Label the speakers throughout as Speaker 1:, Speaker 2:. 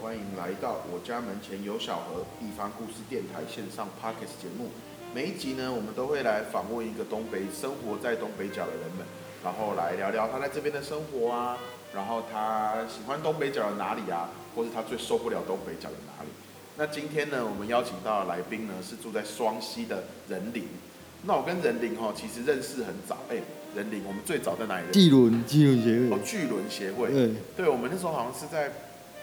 Speaker 1: 欢迎来到我家门前有小河地方故事电台线上 Podcast 节目。每一集呢，我们都会来访问一个东北生活在东北角的人们，然后来聊聊他在这边的生活啊，然后他喜欢东北角的哪里啊，或是他最受不了东北角的哪里。那今天呢，我们邀请到的来宾呢是住在双溪的人林。那我跟人林哈、其实认识很早，哎、人林我们最早在哪里认识？
Speaker 2: 纪伦纪伦协
Speaker 1: 哦
Speaker 2: 会，，
Speaker 1: 巨轮协会。
Speaker 2: 对
Speaker 1: 对，我们那时候好像是在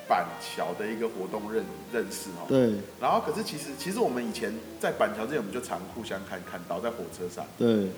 Speaker 1: 板桥的一个活动认认识哦。
Speaker 2: 对
Speaker 1: 然后，可是其实其实我们以前在板桥这边，我们就常互相看看到在火车上。
Speaker 2: 对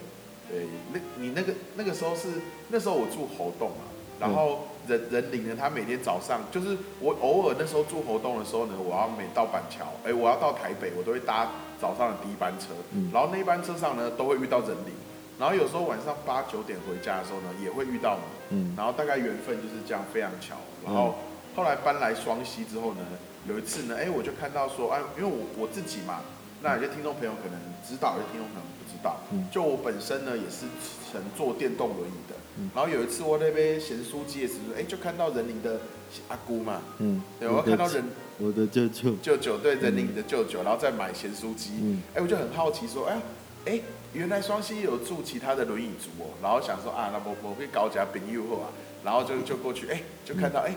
Speaker 1: 对，那你那个那个时候是那时候我住猴洞嘛，
Speaker 2: 嗯
Speaker 1: 然后人人林呢，他每天早上就是我偶尔那时候住猴洞的时候呢，我要每到板桥，哎，我要到台北，我都会搭早上的第一班车，
Speaker 2: 嗯
Speaker 1: 然后那一班车上呢都会遇到人林，然后有时候晚上八九点回家的时候呢，也会遇到你。
Speaker 2: 嗯
Speaker 1: 然后大概缘分就是这样，非常巧。然后后来搬来双溪之后呢，有一次呢，哎，我就看到说，哎，因为我我自己嘛，那有些听众朋友可能知道，有些听众可能不知道。
Speaker 2: 嗯
Speaker 1: 就我本身呢，也是曾坐电动轮椅的。然后有一次我那边咸酥鸡的时候，哎，就看到人林的阿姑嘛，
Speaker 2: 嗯，
Speaker 1: 对，我看到人
Speaker 2: 我的舅舅，
Speaker 1: 舅舅对人林的舅舅，然后再买咸酥鸡。
Speaker 2: 嗯
Speaker 1: 哎、我就很好奇说，哎呀、哎、原来双溪有住其他的轮椅族哦，然后想说啊，那我我会搞假朋友后啊，然后就就过去，哎、就看到哎、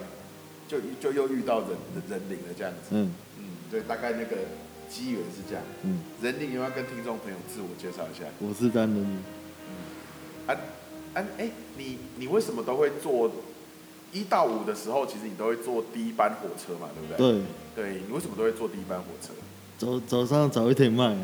Speaker 1: 就就又遇到人人灵了这样子，
Speaker 2: 嗯
Speaker 1: 嗯，对，大概那个机缘是这样。
Speaker 2: 嗯，
Speaker 1: 人灵有没有跟听众朋友自我介绍一下？
Speaker 2: 我是单人，
Speaker 1: 安安，哎、你你为什么都会坐一到五的时候，其实你都会坐第一班火车嘛，对不对？
Speaker 2: 对，
Speaker 1: 对，你为什么都会坐第一班火车？
Speaker 2: 早早上早一点卖，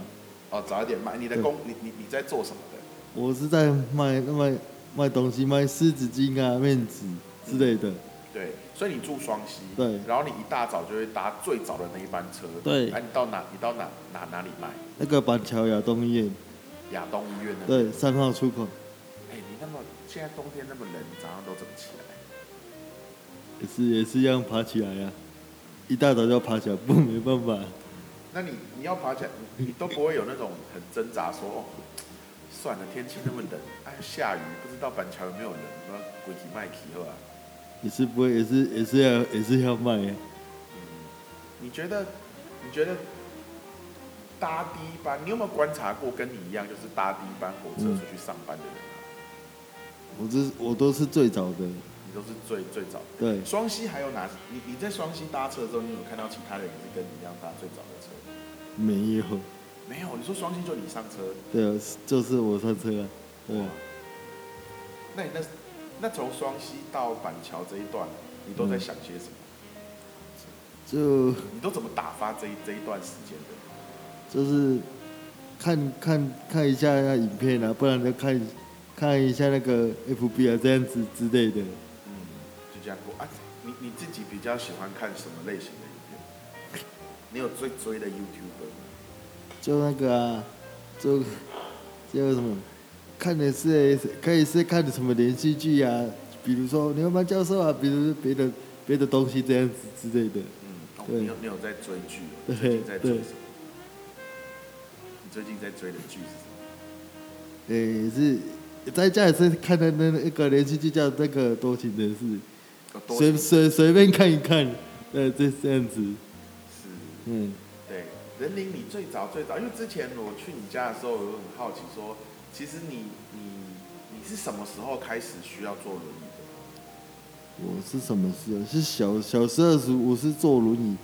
Speaker 1: 哦，早一点卖。你的
Speaker 2: 对
Speaker 1: 工，你你你在做什么的？
Speaker 2: 我是在卖卖卖东西，卖湿纸巾啊、面纸之类的，
Speaker 1: 对，所以你住双溪，
Speaker 2: 对
Speaker 1: 然后你一大早就会搭最早的那一班车，
Speaker 2: 对
Speaker 1: 哎、你到哪？你到哪哪哪里卖？
Speaker 2: 那个板桥亚东医院，
Speaker 1: 亚东医院呢？，
Speaker 2: 对，三号出口
Speaker 1: 哎、你那么现在冬天那么冷，你早上都怎么起来？
Speaker 2: 也是也是一样爬起来呀、啊一大早就要爬起来，不没办法，
Speaker 1: 那你你要爬起来，你你都不会有那种很挣扎说哦，算了，天气那么冷，哎，下雨，不知道板桥有没有人，不知道鬼去卖去后啊。
Speaker 2: 也是不会，也是也是要也是要卖、啊，
Speaker 1: 你觉得？你觉得搭第一班，你有没有观察过跟你一样，就是搭第一班火车出去上班的人啊？
Speaker 2: 我这我都是最早的，
Speaker 1: 你都是最最早的。
Speaker 2: 对，
Speaker 1: 双溪还有哪？你你在双溪搭车的时候，你有看到其他人也是跟你一样搭最早的车？
Speaker 2: 没有，
Speaker 1: 没有，你说双溪就你上车，
Speaker 2: 对啊，就是我上车了、啊，对啊。
Speaker 1: 那你那那从双溪到板桥这一段，你都在想些什么？
Speaker 2: 就
Speaker 1: 你都怎么打发这一这一段时间的？
Speaker 2: 就是看看看一下那影片啊，不然就看看一下那个 FB 啊这样子之类的，
Speaker 1: 嗯，就这样过啊。你你自己比较喜欢看什么类型的影片？你有最追的 YouTuber 吗？
Speaker 2: 就那个啊，就就什么看的是可以是看什么连续剧啊，比如说牛班教授啊，比如别的别的东西这样子之类的。
Speaker 1: 嗯，哦、
Speaker 2: 对
Speaker 1: 你有你有在追剧哦？你
Speaker 2: 对
Speaker 1: 最近在追
Speaker 2: 对
Speaker 1: 什么？你最近在追的剧是什么？
Speaker 2: 诶、是在家也是看的那那个连续剧叫那个多情人事，
Speaker 1: 有多
Speaker 2: 随随随便看一看，呃，这这样子，
Speaker 1: 是
Speaker 2: 嗯。
Speaker 1: 对，人林，你最早最早，因为之前我去你家的时候，我就很好奇说，其实你你你是什么时候开始需要坐轮椅的？
Speaker 2: 我是什么事啊？是小小时候时我是坐轮椅，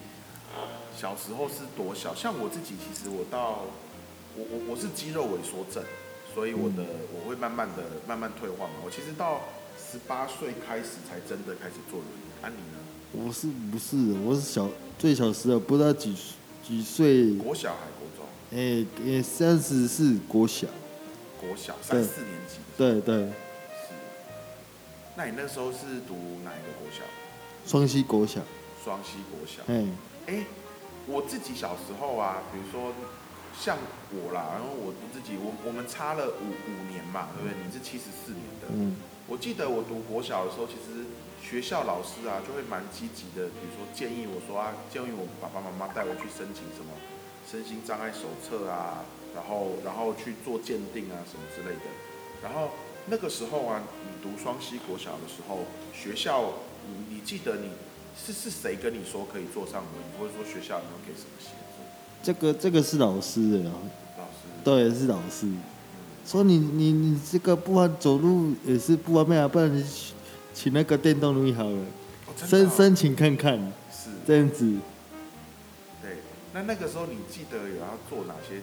Speaker 1: 小时候是多小？像我自己，其实我到我我我是肌肉萎缩症，所以我的、我会慢慢的慢慢退化嘛。我其实到十八岁开始才真的开始坐轮椅。啊，你呢？
Speaker 2: 我是不是？啊我是小最小时候不知道几几岁，
Speaker 1: 国小还国中？
Speaker 2: 哎、欸，三十是国小，
Speaker 1: 国小
Speaker 2: 对
Speaker 1: 三四年级的
Speaker 2: 对对，
Speaker 1: 是。那你那时候是读哪一个国小？
Speaker 2: 双溪国小，
Speaker 1: 双溪国小。
Speaker 2: 哎、
Speaker 1: 哎、我自己小时候啊，比如说像我啦，然后我自己，我我们差了五五年嘛，对不对？你是七十四年的，
Speaker 2: 嗯，
Speaker 1: 我记得我读国小的时候，其实学校老师啊就会蛮积极的，比如说建议我说啊，建议我爸爸妈妈带我去申请什么身心障碍手册啊，然后然后去做鉴定啊什么之类的。然后那个时候啊，你读双溪国小的时候，学校你你记得你是是谁跟你说可以坐上轮椅，或者说学校有没有给什么协助？
Speaker 2: 这个这个是老师的，
Speaker 1: 老师，
Speaker 2: 对，是老师说你你你这个不然走路也是不完美啊，不然你请请那个电动轮椅好了，
Speaker 1: 哦真的
Speaker 2: 申
Speaker 1: 哦
Speaker 2: 申请看看，
Speaker 1: 是，
Speaker 2: 这样子
Speaker 1: 对。那那个时候你记得有要做哪些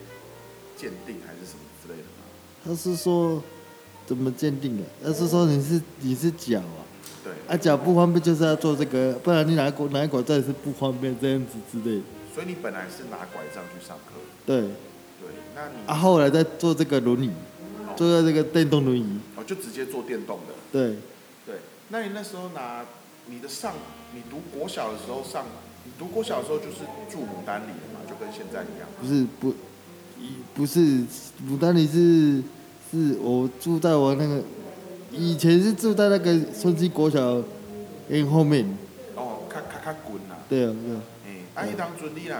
Speaker 1: 鉴定还是什么之类的吗？
Speaker 2: 他是说怎么鉴定的？他是说你是你是脚啊，
Speaker 1: 对，
Speaker 2: 啊脚不方便就是要做这个，不然你拿拐拿拐杖也是不方便这样子之类的。
Speaker 1: 所以你本来是拿拐杖去上课，
Speaker 2: 对，
Speaker 1: 对，那你
Speaker 2: 啊后来再做这个轮椅，做到这个电动轮椅，
Speaker 1: 哦就直接坐电动的，
Speaker 2: 对，
Speaker 1: 对。那你那时候拿你的上，你读国小的时候上，你读国小的时候就是住牡丹里了嘛，就跟现在一样。
Speaker 2: 不是不，一不是牡丹里是是我住在我那个以前是住在那个春熙国小因后面，
Speaker 1: 哦，较较较近啦，
Speaker 2: 对啊对啊，
Speaker 1: 嘿，啊，迄当阵你若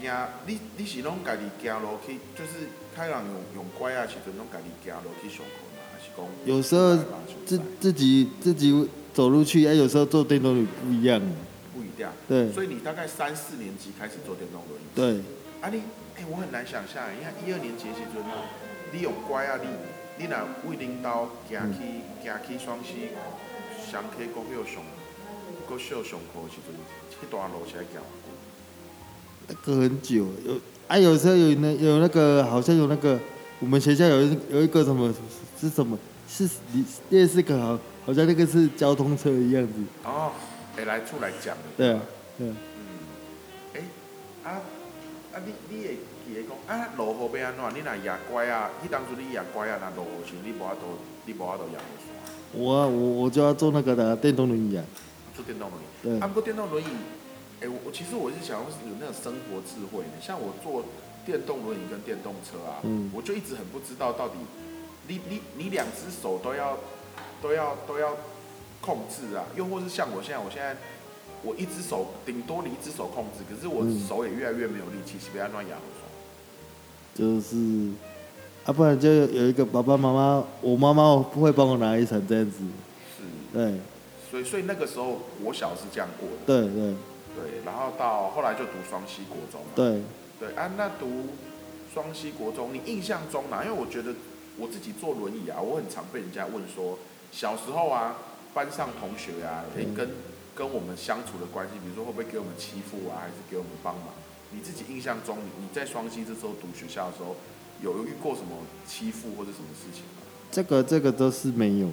Speaker 1: 行，你你是拢家己行路去，就是开人用用拐啊时阵，拢家己行路去上课嘛，还是讲
Speaker 2: 有时候
Speaker 1: 这
Speaker 2: 自自己自己走路去，哎、有时候坐电动轮椅不一样，
Speaker 1: 不一定。
Speaker 2: 对
Speaker 1: 所以你大概三四年级开始坐电动轮椅，
Speaker 2: 对，
Speaker 1: 啊你，哎、我很难想象，你看一二年级的时阵，你用拐啊你，你若为恁兜行去行去双溪上溪国小上国小上课的时阵，迄段路是爱行偌久？
Speaker 2: 那个很久有，哎、有时候有那有那个好像有那个我们学校有一有一个什么是什么是也是个好好像那个是交通车一样子，
Speaker 1: 哦，会来厝来讲的。
Speaker 2: 对啊对啊。
Speaker 1: 诶、啊啊，你你会记得讲啊，落雨要安怎？你若野乖啊，迄当初你野乖啊，若落雨时你无法度，你无法度野雨伞，
Speaker 2: 我啊我我就要坐那个的啊电动轮椅啊，
Speaker 1: 做电动轮
Speaker 2: 对
Speaker 1: 椅。啊，不过电动轮椅，诶、我我其实我是想要有那种生活智慧呢。像我坐电动轮椅跟电动车啊，
Speaker 2: 嗯
Speaker 1: 我就一直很不知道到底，你你你两只手都要都要都要控制啊，又或是像我现在，我现在。我一只手顶多你一只手控制，可是我
Speaker 2: 嗯
Speaker 1: 手也越来越没有力气，是不是要乱养我说？
Speaker 2: 就是啊，不然就有有一个爸爸妈妈，我妈妈不会帮我拿雨伞这样子，
Speaker 1: 是，
Speaker 2: 对
Speaker 1: 所以所以那个时候国小是这样过的，
Speaker 2: 对对
Speaker 1: 对，然后到后来就读双溪国中嘛，
Speaker 2: 对，
Speaker 1: 对啊，那读双溪国中，你印象中哪？因为我觉得我自己坐轮椅啊，我很常被人家问说，小时候啊，班上同学啊，诶、
Speaker 2: 嗯
Speaker 1: 跟跟我们相处的关系，比如说会不会给我们欺负啊，还是给我们帮忙？你自己印象中，你你在双溪这时候读学校的时候，有遇过什么欺负或者什么事情吗？
Speaker 2: 这个这个都是没有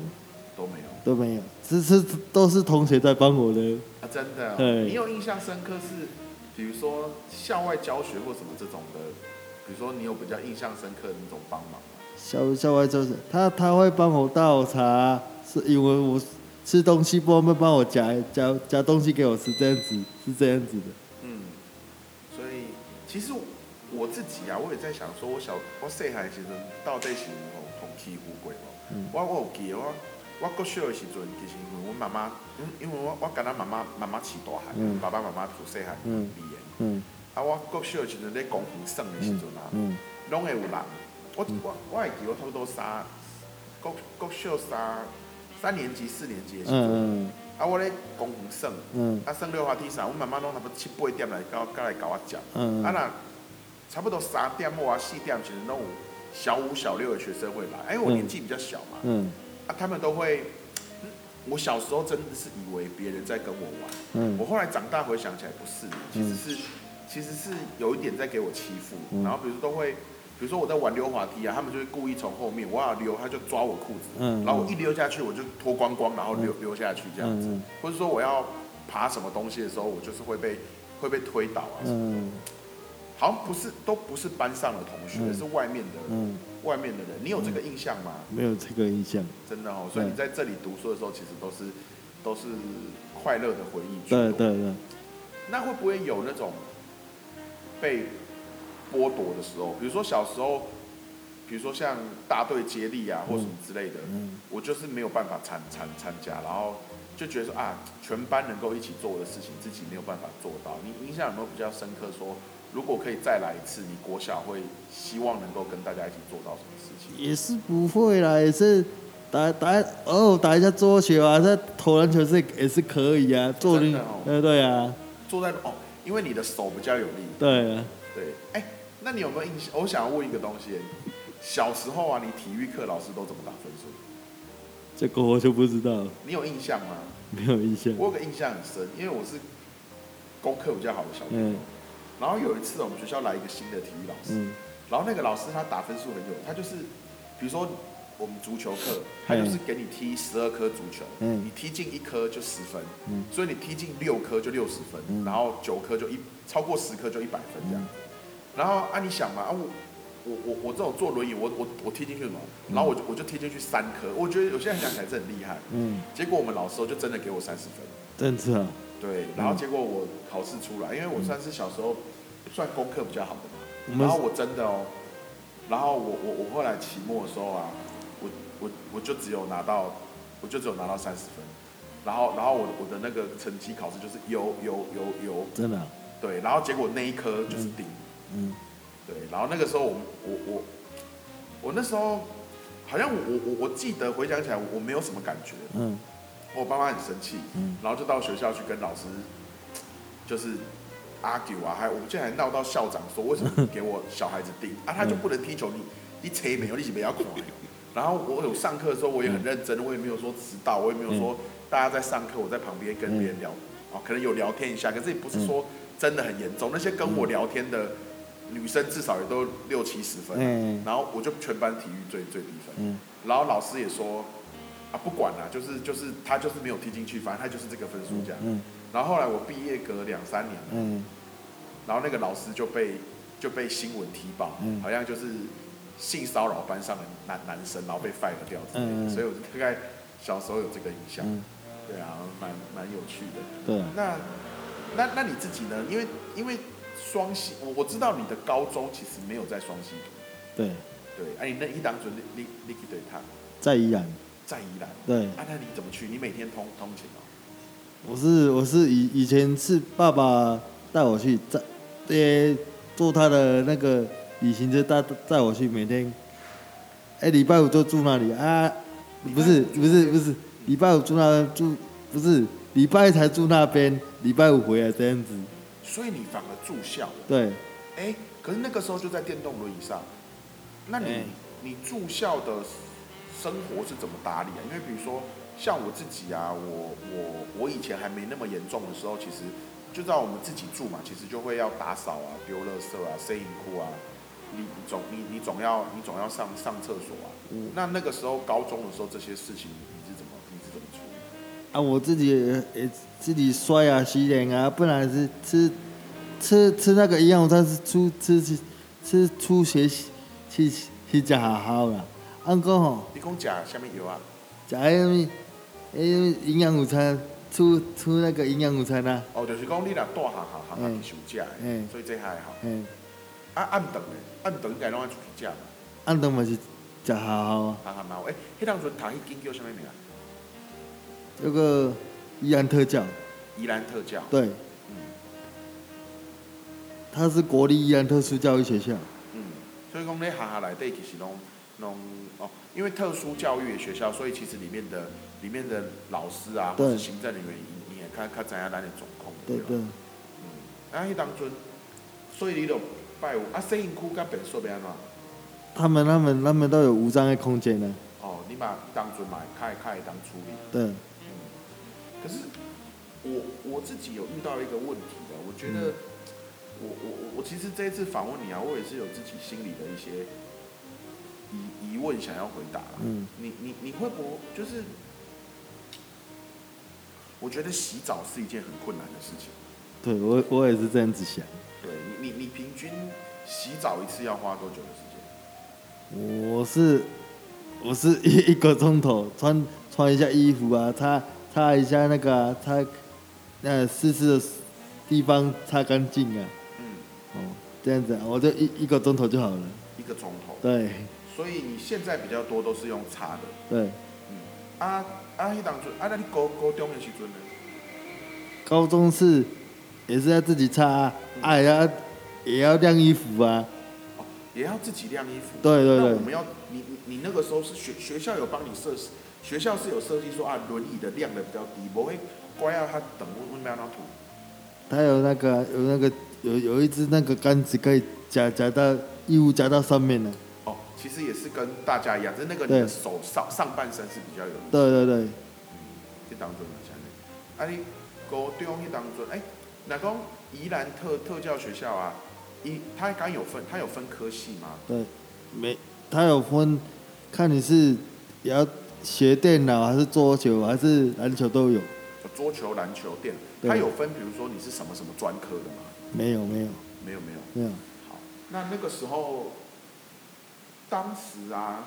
Speaker 1: 都没有。
Speaker 2: 都没有，只是都是同学在帮我的，
Speaker 1: 啊，真的哦、
Speaker 2: 对
Speaker 1: 你有印象深刻是，比如说校外教学或什么这种的，比如说你有比较印象深刻的那种帮忙吗？
Speaker 2: 校校外就是他他会帮我倒茶，是因为我吃东西不会帮我夹夹夹东西给我吃这样子，是这样子的，
Speaker 1: 嗯，所以其实我自己啊，我也在想说，我小我细汉的时阵到底是有同欺负过无、
Speaker 2: 嗯
Speaker 1: 我我有记得我我国小的时阵，其实因为阮妈妈，因因为我我跟咱妈妈妈妈饲大汉、
Speaker 2: 嗯
Speaker 1: 爸爸妈妈自细汉离
Speaker 2: 嗯
Speaker 1: 的。
Speaker 2: 嗯
Speaker 1: 啊，我国小的时阵咧公园耍的时阵啊。
Speaker 2: 嗯
Speaker 1: 拢会有人。我我我会记我差不多三国国小三三年级四年级的时阵，
Speaker 2: 嗯
Speaker 1: 啊我咧公园耍，
Speaker 2: 嗯
Speaker 1: 啊耍溜滑梯啥，阮妈妈拢差不多七八点来到甲来甲我接，
Speaker 2: 嗯
Speaker 1: 啊
Speaker 2: 嗯，
Speaker 1: 若差不多三点或啊四点其实拢有小五小六的学生会来，因为我年纪比较小嘛，
Speaker 2: 嗯
Speaker 1: 啊他们都会。嗯我小时候真的是以为别人在跟我玩，
Speaker 2: 嗯
Speaker 1: 我后来长大回想起来不是，其实是、其实是有一点在给我欺负，
Speaker 2: 嗯
Speaker 1: 然后比如说都会，比如说我在玩溜滑梯啊，他们就会故意从后面我要溜，他就抓我裤子，
Speaker 2: 嗯
Speaker 1: 然后我一溜下去我就脱光光，然后溜、溜下去这样子，
Speaker 2: 嗯嗯
Speaker 1: 或者说我要爬什么东西的时候，我就是会被会被推倒啊，
Speaker 2: 嗯
Speaker 1: 好像不是都不是班上的同学，
Speaker 2: 嗯
Speaker 1: 是外面的、
Speaker 2: 嗯，
Speaker 1: 外面的人，你有这个印象吗？
Speaker 2: 没有这个印象。
Speaker 1: 真的哦，所
Speaker 2: 嗯
Speaker 1: 以你在这里读书的时候，其实都是都是快乐的回忆居
Speaker 2: 对
Speaker 1: 多。
Speaker 2: 对对，
Speaker 1: 那会不会有那种被剥夺的时候？比如说小时候，比如说像大队接力啊，或什么之类的，
Speaker 2: 嗯
Speaker 1: 我就是没有办法参参参加，然后就觉得说啊，全班能够一起做的事情，自己没有办法做到。你印象有没有比较深刻说如果可以再来一次，你国小会希望能够跟大家一起做到什么事情？
Speaker 2: 也是不会啦，也是打打哦，打一下桌球啊，这投篮球是也是可以啊，做
Speaker 1: 真
Speaker 2: 运
Speaker 1: 的哦
Speaker 2: 呃对啊，
Speaker 1: 坐在哦，因为你的手比较有力。
Speaker 2: 对啊，
Speaker 1: 对，哎、那你有没有印象？我想要问一个东西，小时候啊，你体育课老师都怎么打分数？
Speaker 2: 这个我就不知道了，
Speaker 1: 你有印象吗？
Speaker 2: 没有印象。
Speaker 1: 我有个印象很深，因为我是功课比较好的小朋友。
Speaker 2: 嗯
Speaker 1: 然后有一次我们学校来一个新的体育老师，
Speaker 2: 嗯
Speaker 1: 然后那个老师他打分数很有，他就是比如说我们足球课，他就是给你踢十二颗足球，
Speaker 2: 嗯
Speaker 1: 你踢进一颗就十分，
Speaker 2: 嗯
Speaker 1: 所以你踢进六颗就六十分，
Speaker 2: 嗯
Speaker 1: 然后九颗就一超过十颗就一百分这样。然后啊，你想嘛啊我。我我我这种坐轮椅，我我我踢进去什么？然后我就我就踢进去三颗，我觉得我现在想起来这很厉害。
Speaker 2: 嗯，
Speaker 1: 结果我们老师就真的给我三十分，
Speaker 2: 政治啊，
Speaker 1: 对，然后结果我考试出来，因为我算是小时候算功课比较好
Speaker 2: 我
Speaker 1: 的嘛，
Speaker 2: 们
Speaker 1: 然后我真的哦，然后我我我后来期末的时候啊，我我我就只有拿到，我就只有拿到三十分，然后然后我我的那个成绩考试就是有有有有，
Speaker 2: 真的啊、
Speaker 1: 对，然后结果那一科就是顶，
Speaker 2: 嗯
Speaker 1: 对，然后那个时候我我我我那时候好像我我我我记得回想起来我我没有什么感觉，
Speaker 2: 嗯
Speaker 1: 我爸妈很生气，
Speaker 2: 嗯
Speaker 1: 然后就到学校去跟老师，就是 argue 啊，还我们竟然还闹到校长说，为什么你给我小孩子定啊？他
Speaker 2: 嗯
Speaker 1: 就不能踢球，你你扯没有，你是不要狂。然后我有上课的时候，我也很
Speaker 2: 嗯
Speaker 1: 认真，我也没有说迟到，我也没有说大家在上课，我在旁边跟
Speaker 2: 嗯
Speaker 1: 别人聊，哦，可能有聊天一下，可是也不是说真的很严重。那些跟
Speaker 2: 嗯
Speaker 1: 我聊天的女生至少也都六七十分，
Speaker 2: 嗯
Speaker 1: 然后我就全班体育最最低分。
Speaker 2: 嗯
Speaker 1: 然后老师也说啊，不管啦、就是就是他就是没有踢进去，反正他就是这个分数这样。
Speaker 2: 嗯
Speaker 1: 然后后来我毕业隔两三年，
Speaker 2: 嗯
Speaker 1: 然后那个老师就被就被新闻踢爆，
Speaker 2: 嗯
Speaker 1: 好像就是性骚扰班上的男男生，然后被 fire 掉之类的。
Speaker 2: 嗯嗯
Speaker 1: 所以我就大概小时候有这个印象，
Speaker 2: 嗯，
Speaker 1: 对啊，蛮蛮有趣的。
Speaker 2: 对啊，
Speaker 1: 那那那你自己呢？因为因为双溪，我我知道你的高中其实没有在双溪读，
Speaker 2: 对，
Speaker 1: 对，哎、你那一当准你你你去对他
Speaker 2: 在宜兰，
Speaker 1: 在宜兰。
Speaker 2: 对，
Speaker 1: 啊，那你怎么去？你每天通通勤哦。
Speaker 2: 我是我是以以前是爸爸带我去在，呃、坐他的那个旅行车带带我去，每天，哎、礼拜五就住那里啊，不是不是不是，礼拜五住那住不是礼拜一才住那边，礼拜五回来这样子，
Speaker 1: 所以你反而住校了。
Speaker 2: 对，
Speaker 1: 哎、可是那个时候就在电动轮椅上。那你、
Speaker 2: 哎
Speaker 1: 你住校的生活是怎么打理啊？因为比如说像我自己啊，我我我以前还没那么严重的时候，其实就知道我们自己住嘛，其实就会要打扫啊、丢垃圾啊、塞衣裤啊。你你总你你总要你总要上上厕所啊。
Speaker 2: 嗯
Speaker 1: 那那个时候高中的时候，这些事情你是怎么你是怎么处理？
Speaker 2: 啊，我自己也也自己刷牙洗脸啊，不然是吃吃吃那个营养午餐是出吃吃吃出血去去食好好啦。按讲吼，
Speaker 1: 你跟我讲下面有啊？
Speaker 2: 食迄物迄营养午餐出出那个营养午餐啊，
Speaker 1: 哦，就是讲你若带下下下下去休假的，
Speaker 2: 嗯
Speaker 1: 所以这还好。
Speaker 2: 嘿，
Speaker 1: 啊，暗顿的，暗顿应该拢爱出去食嘛，
Speaker 2: 按顿嘛是食好好啊，
Speaker 1: 下下嘛有。诶、迄当阵读迄间叫什么名？啊
Speaker 2: 那个宜安特教，
Speaker 1: 宜兰特教。
Speaker 2: 对，它是国立宜安特殊教育学校，
Speaker 1: 嗯，所以讲咧下下内底其实拢拢哦，因为特殊教育的学校，所以其实里面的里面的老师啊，或
Speaker 2: 对
Speaker 1: 是行政人员，你你也较较知影咱的状况，
Speaker 2: 对
Speaker 1: 吧？
Speaker 2: 对，
Speaker 1: 啊，迄当阵，所以你就拜有啊，西营区甲别墅要安怎？
Speaker 2: 他们他们他们都有无障碍空间的、啊，
Speaker 1: 哦，你嘛当阵嘛会较会较会当处理。
Speaker 2: 对。
Speaker 1: 可是我我自己有遇到一个问题的，我觉
Speaker 2: 嗯
Speaker 1: 得我我我我其实这一次访问你啊，我也是有自己心里的一些疑疑问想要回答啦。
Speaker 2: 嗯
Speaker 1: 你你你会不就是？我觉得洗澡是一件很困难的事情。
Speaker 2: 对我我也是这样子想，
Speaker 1: 对你你你平均洗澡一次要花多久的时间？
Speaker 2: 我是我是一一个钟头穿穿一下衣服啊，擦擦一下那个啊、擦那湿湿的地方擦干净啊，
Speaker 1: 嗯，
Speaker 2: 哦，这样子、啊、我就一一个钟头就好了。
Speaker 1: 一个钟头。
Speaker 2: 对
Speaker 1: 所以你现在比较多都是用擦的。
Speaker 2: 对，
Speaker 1: 啊啊，迄当阵啊，那你高高中的时阵呢？
Speaker 2: 高中是也是要自己擦啊，啊也要也要晾衣服啊，
Speaker 1: 哦也要自己晾衣服。
Speaker 2: 对对
Speaker 1: 那
Speaker 2: 对
Speaker 1: 我们要你你你那个时候是学学校有帮你设学校是有设计说啊，轮椅的量的比较低，不会乖啊，他等为什么要让他吐？
Speaker 2: 它有那个啊有那个有有一只那个杆子可以夹夹到衣物夹到上面的，
Speaker 1: 哦，其实也是跟大家一样，就是那个你
Speaker 2: 对
Speaker 1: 的手上上半身是比较有力，
Speaker 2: 对对对，
Speaker 1: 这当中的强烈。啊，你高中迄当中，哎、那讲宜兰特特教学校啊，一它刚有分，它有分科系吗？
Speaker 2: 没它有分，看你是也要学电脑还是桌球还是篮球都有，
Speaker 1: 桌球、篮球、电，
Speaker 2: 对
Speaker 1: 它有分，比如说你是什么什么专科的吗？
Speaker 2: 没有没有
Speaker 1: 没有，没有。
Speaker 2: 没有，
Speaker 1: 好，那那个时候，当时啊，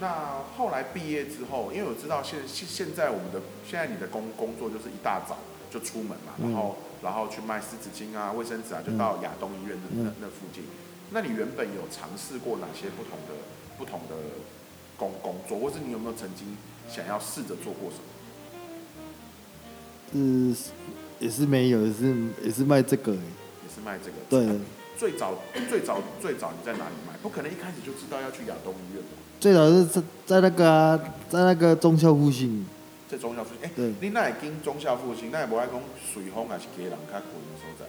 Speaker 1: 那后来毕业之后，因为我知道现现现在我们的现在你的工工作就是一大早就出门嘛，
Speaker 2: 嗯
Speaker 1: 然后然后去卖湿纸巾啊、卫生纸啊，就
Speaker 2: 嗯
Speaker 1: 到亚东医院那、
Speaker 2: 嗯
Speaker 1: 那那附近。那你原本有尝试过哪些不同的不同的工工作，或是你有没有曾经想要试着做过什么？
Speaker 2: 是也是没有，也是也是卖这个而已，
Speaker 1: 也是卖这个？
Speaker 2: 对，
Speaker 1: 最早最早最早你在哪里买？不可能一开始就知道要去亚东医院吧？
Speaker 2: 最早是在在那个啊、在那个中校附近，
Speaker 1: 在中校附近，哎、
Speaker 2: 对
Speaker 1: 你那会经中校附近，那也无爱讲随风还是家人较近的所在，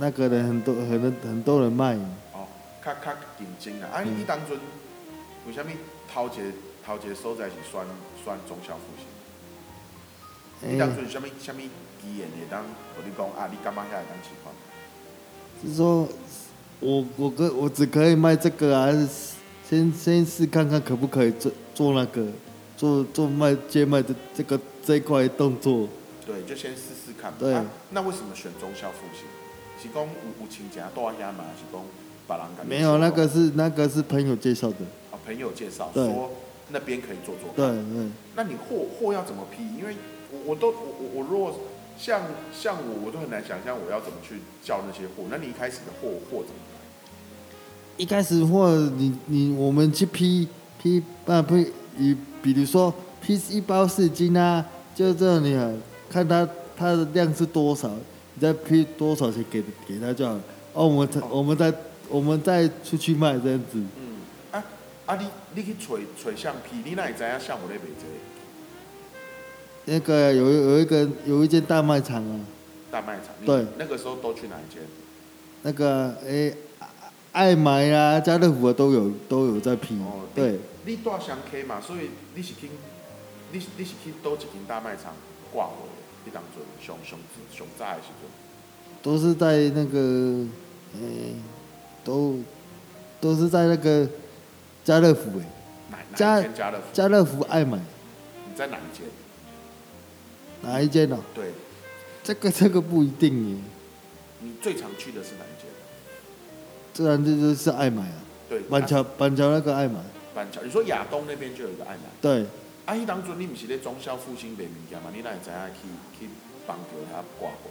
Speaker 2: 那个人很多很多很多人卖，
Speaker 1: 哦，较较竞争啊。啊，
Speaker 2: 嗯
Speaker 1: 你当阵为虾米头一个头一个所在是选选中校附近？
Speaker 2: 哎、
Speaker 1: 你当阵虾米虾米机缘会当，我你讲啊，你感觉遐会当情况？
Speaker 2: 是说我我可我只可以卖这个啊，先先试看看可不可以做做那个做做卖接卖的这个这一块动作。
Speaker 1: 对，就先试试看嘛。
Speaker 2: 对
Speaker 1: 啊，那为什么选中校附近？是讲有有亲戚住遐嘛？还是讲别人感
Speaker 2: 没有，那个是那个是朋友介绍的。
Speaker 1: 啊朋友介绍
Speaker 2: 对
Speaker 1: 说那边可以做做看。
Speaker 2: 对对，
Speaker 1: 那你货货要怎么批？因为我我都我我我如果像像我我都很难想象我要怎么去叫那些货。那你一开始的货货怎么来？
Speaker 2: 一开始或你你我们去批批啊批，你比如说批一包四斤啊，就这里啊，看它它的量是多少，你再批多少钱给给他就好了。哦，我们才我们再我们再出去卖这样子。
Speaker 1: 啊啊你你去锤锤橡皮，你哪里知道像我那边这
Speaker 2: 那个有有一个有一间大卖场啊，
Speaker 1: 大卖场？你
Speaker 2: 对，
Speaker 1: 那个时候都去哪一间？
Speaker 2: 那个诶、爱买啊、家乐福啊都有都有在批，
Speaker 1: 哦
Speaker 2: 对，
Speaker 1: 你大上 K 嘛，所以你是去你是你是去多一间大卖场挂货的？你当阵熊熊熊炸的时阵，
Speaker 2: 都是在那个诶、都都是在那个家乐福诶、
Speaker 1: 哪哪
Speaker 2: 家
Speaker 1: 一间家乐福？
Speaker 2: 家乐福爱买
Speaker 1: 你在哪一间？
Speaker 2: 哪一间呢、啊
Speaker 1: 对，
Speaker 2: 这个这个不一定耶，
Speaker 1: 你最常去的是哪一间？
Speaker 2: 自然这就是爱买啊，
Speaker 1: 对，
Speaker 2: 板桥板桥那个爱买，
Speaker 1: 板桥，你说亚东那边就有一个爱买。
Speaker 2: 对，
Speaker 1: 啊，迄当阵你毋是咧中校复兴卖物件嘛？你哪会知影去去帮桥遐挂货？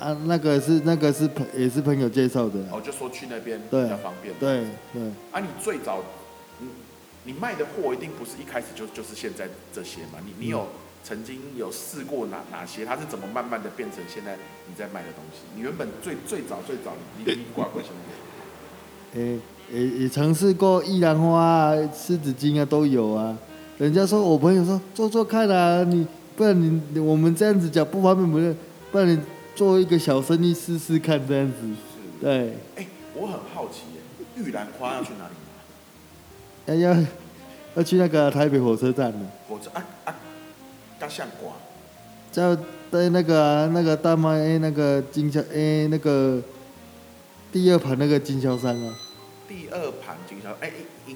Speaker 2: 啊那个是那个是朋也是朋友介绍的啊、
Speaker 1: 哦，就说去那边
Speaker 2: 对
Speaker 1: 比较方便。
Speaker 2: 对对。
Speaker 1: 啊，你最早你你卖的货一定不是一开始就就是现在这些嘛？你你
Speaker 2: 嗯
Speaker 1: 有曾经有试过哪哪些？它是怎么慢慢的变成现在你在卖的东西？你原本最最早最早你你你挂过什么？
Speaker 2: 诶、也也尝试过依兰花啊、湿纸巾啊都有啊。人家说我朋友说做做看啊，你不然你你我们这样子讲不方便，不是？不然你做一个小生意试试看这样子。
Speaker 1: 是，
Speaker 2: 对，
Speaker 1: 哎、我很好奇耶，玉兰花要去哪里买？
Speaker 2: 要要要去那个台北火车站了，
Speaker 1: 火车啊啊，刚像挂。
Speaker 2: 叫在那个啊、那个大麦诶那个经销诶那个第二盘那个经销商啊，
Speaker 1: 第二盘经销，哎、因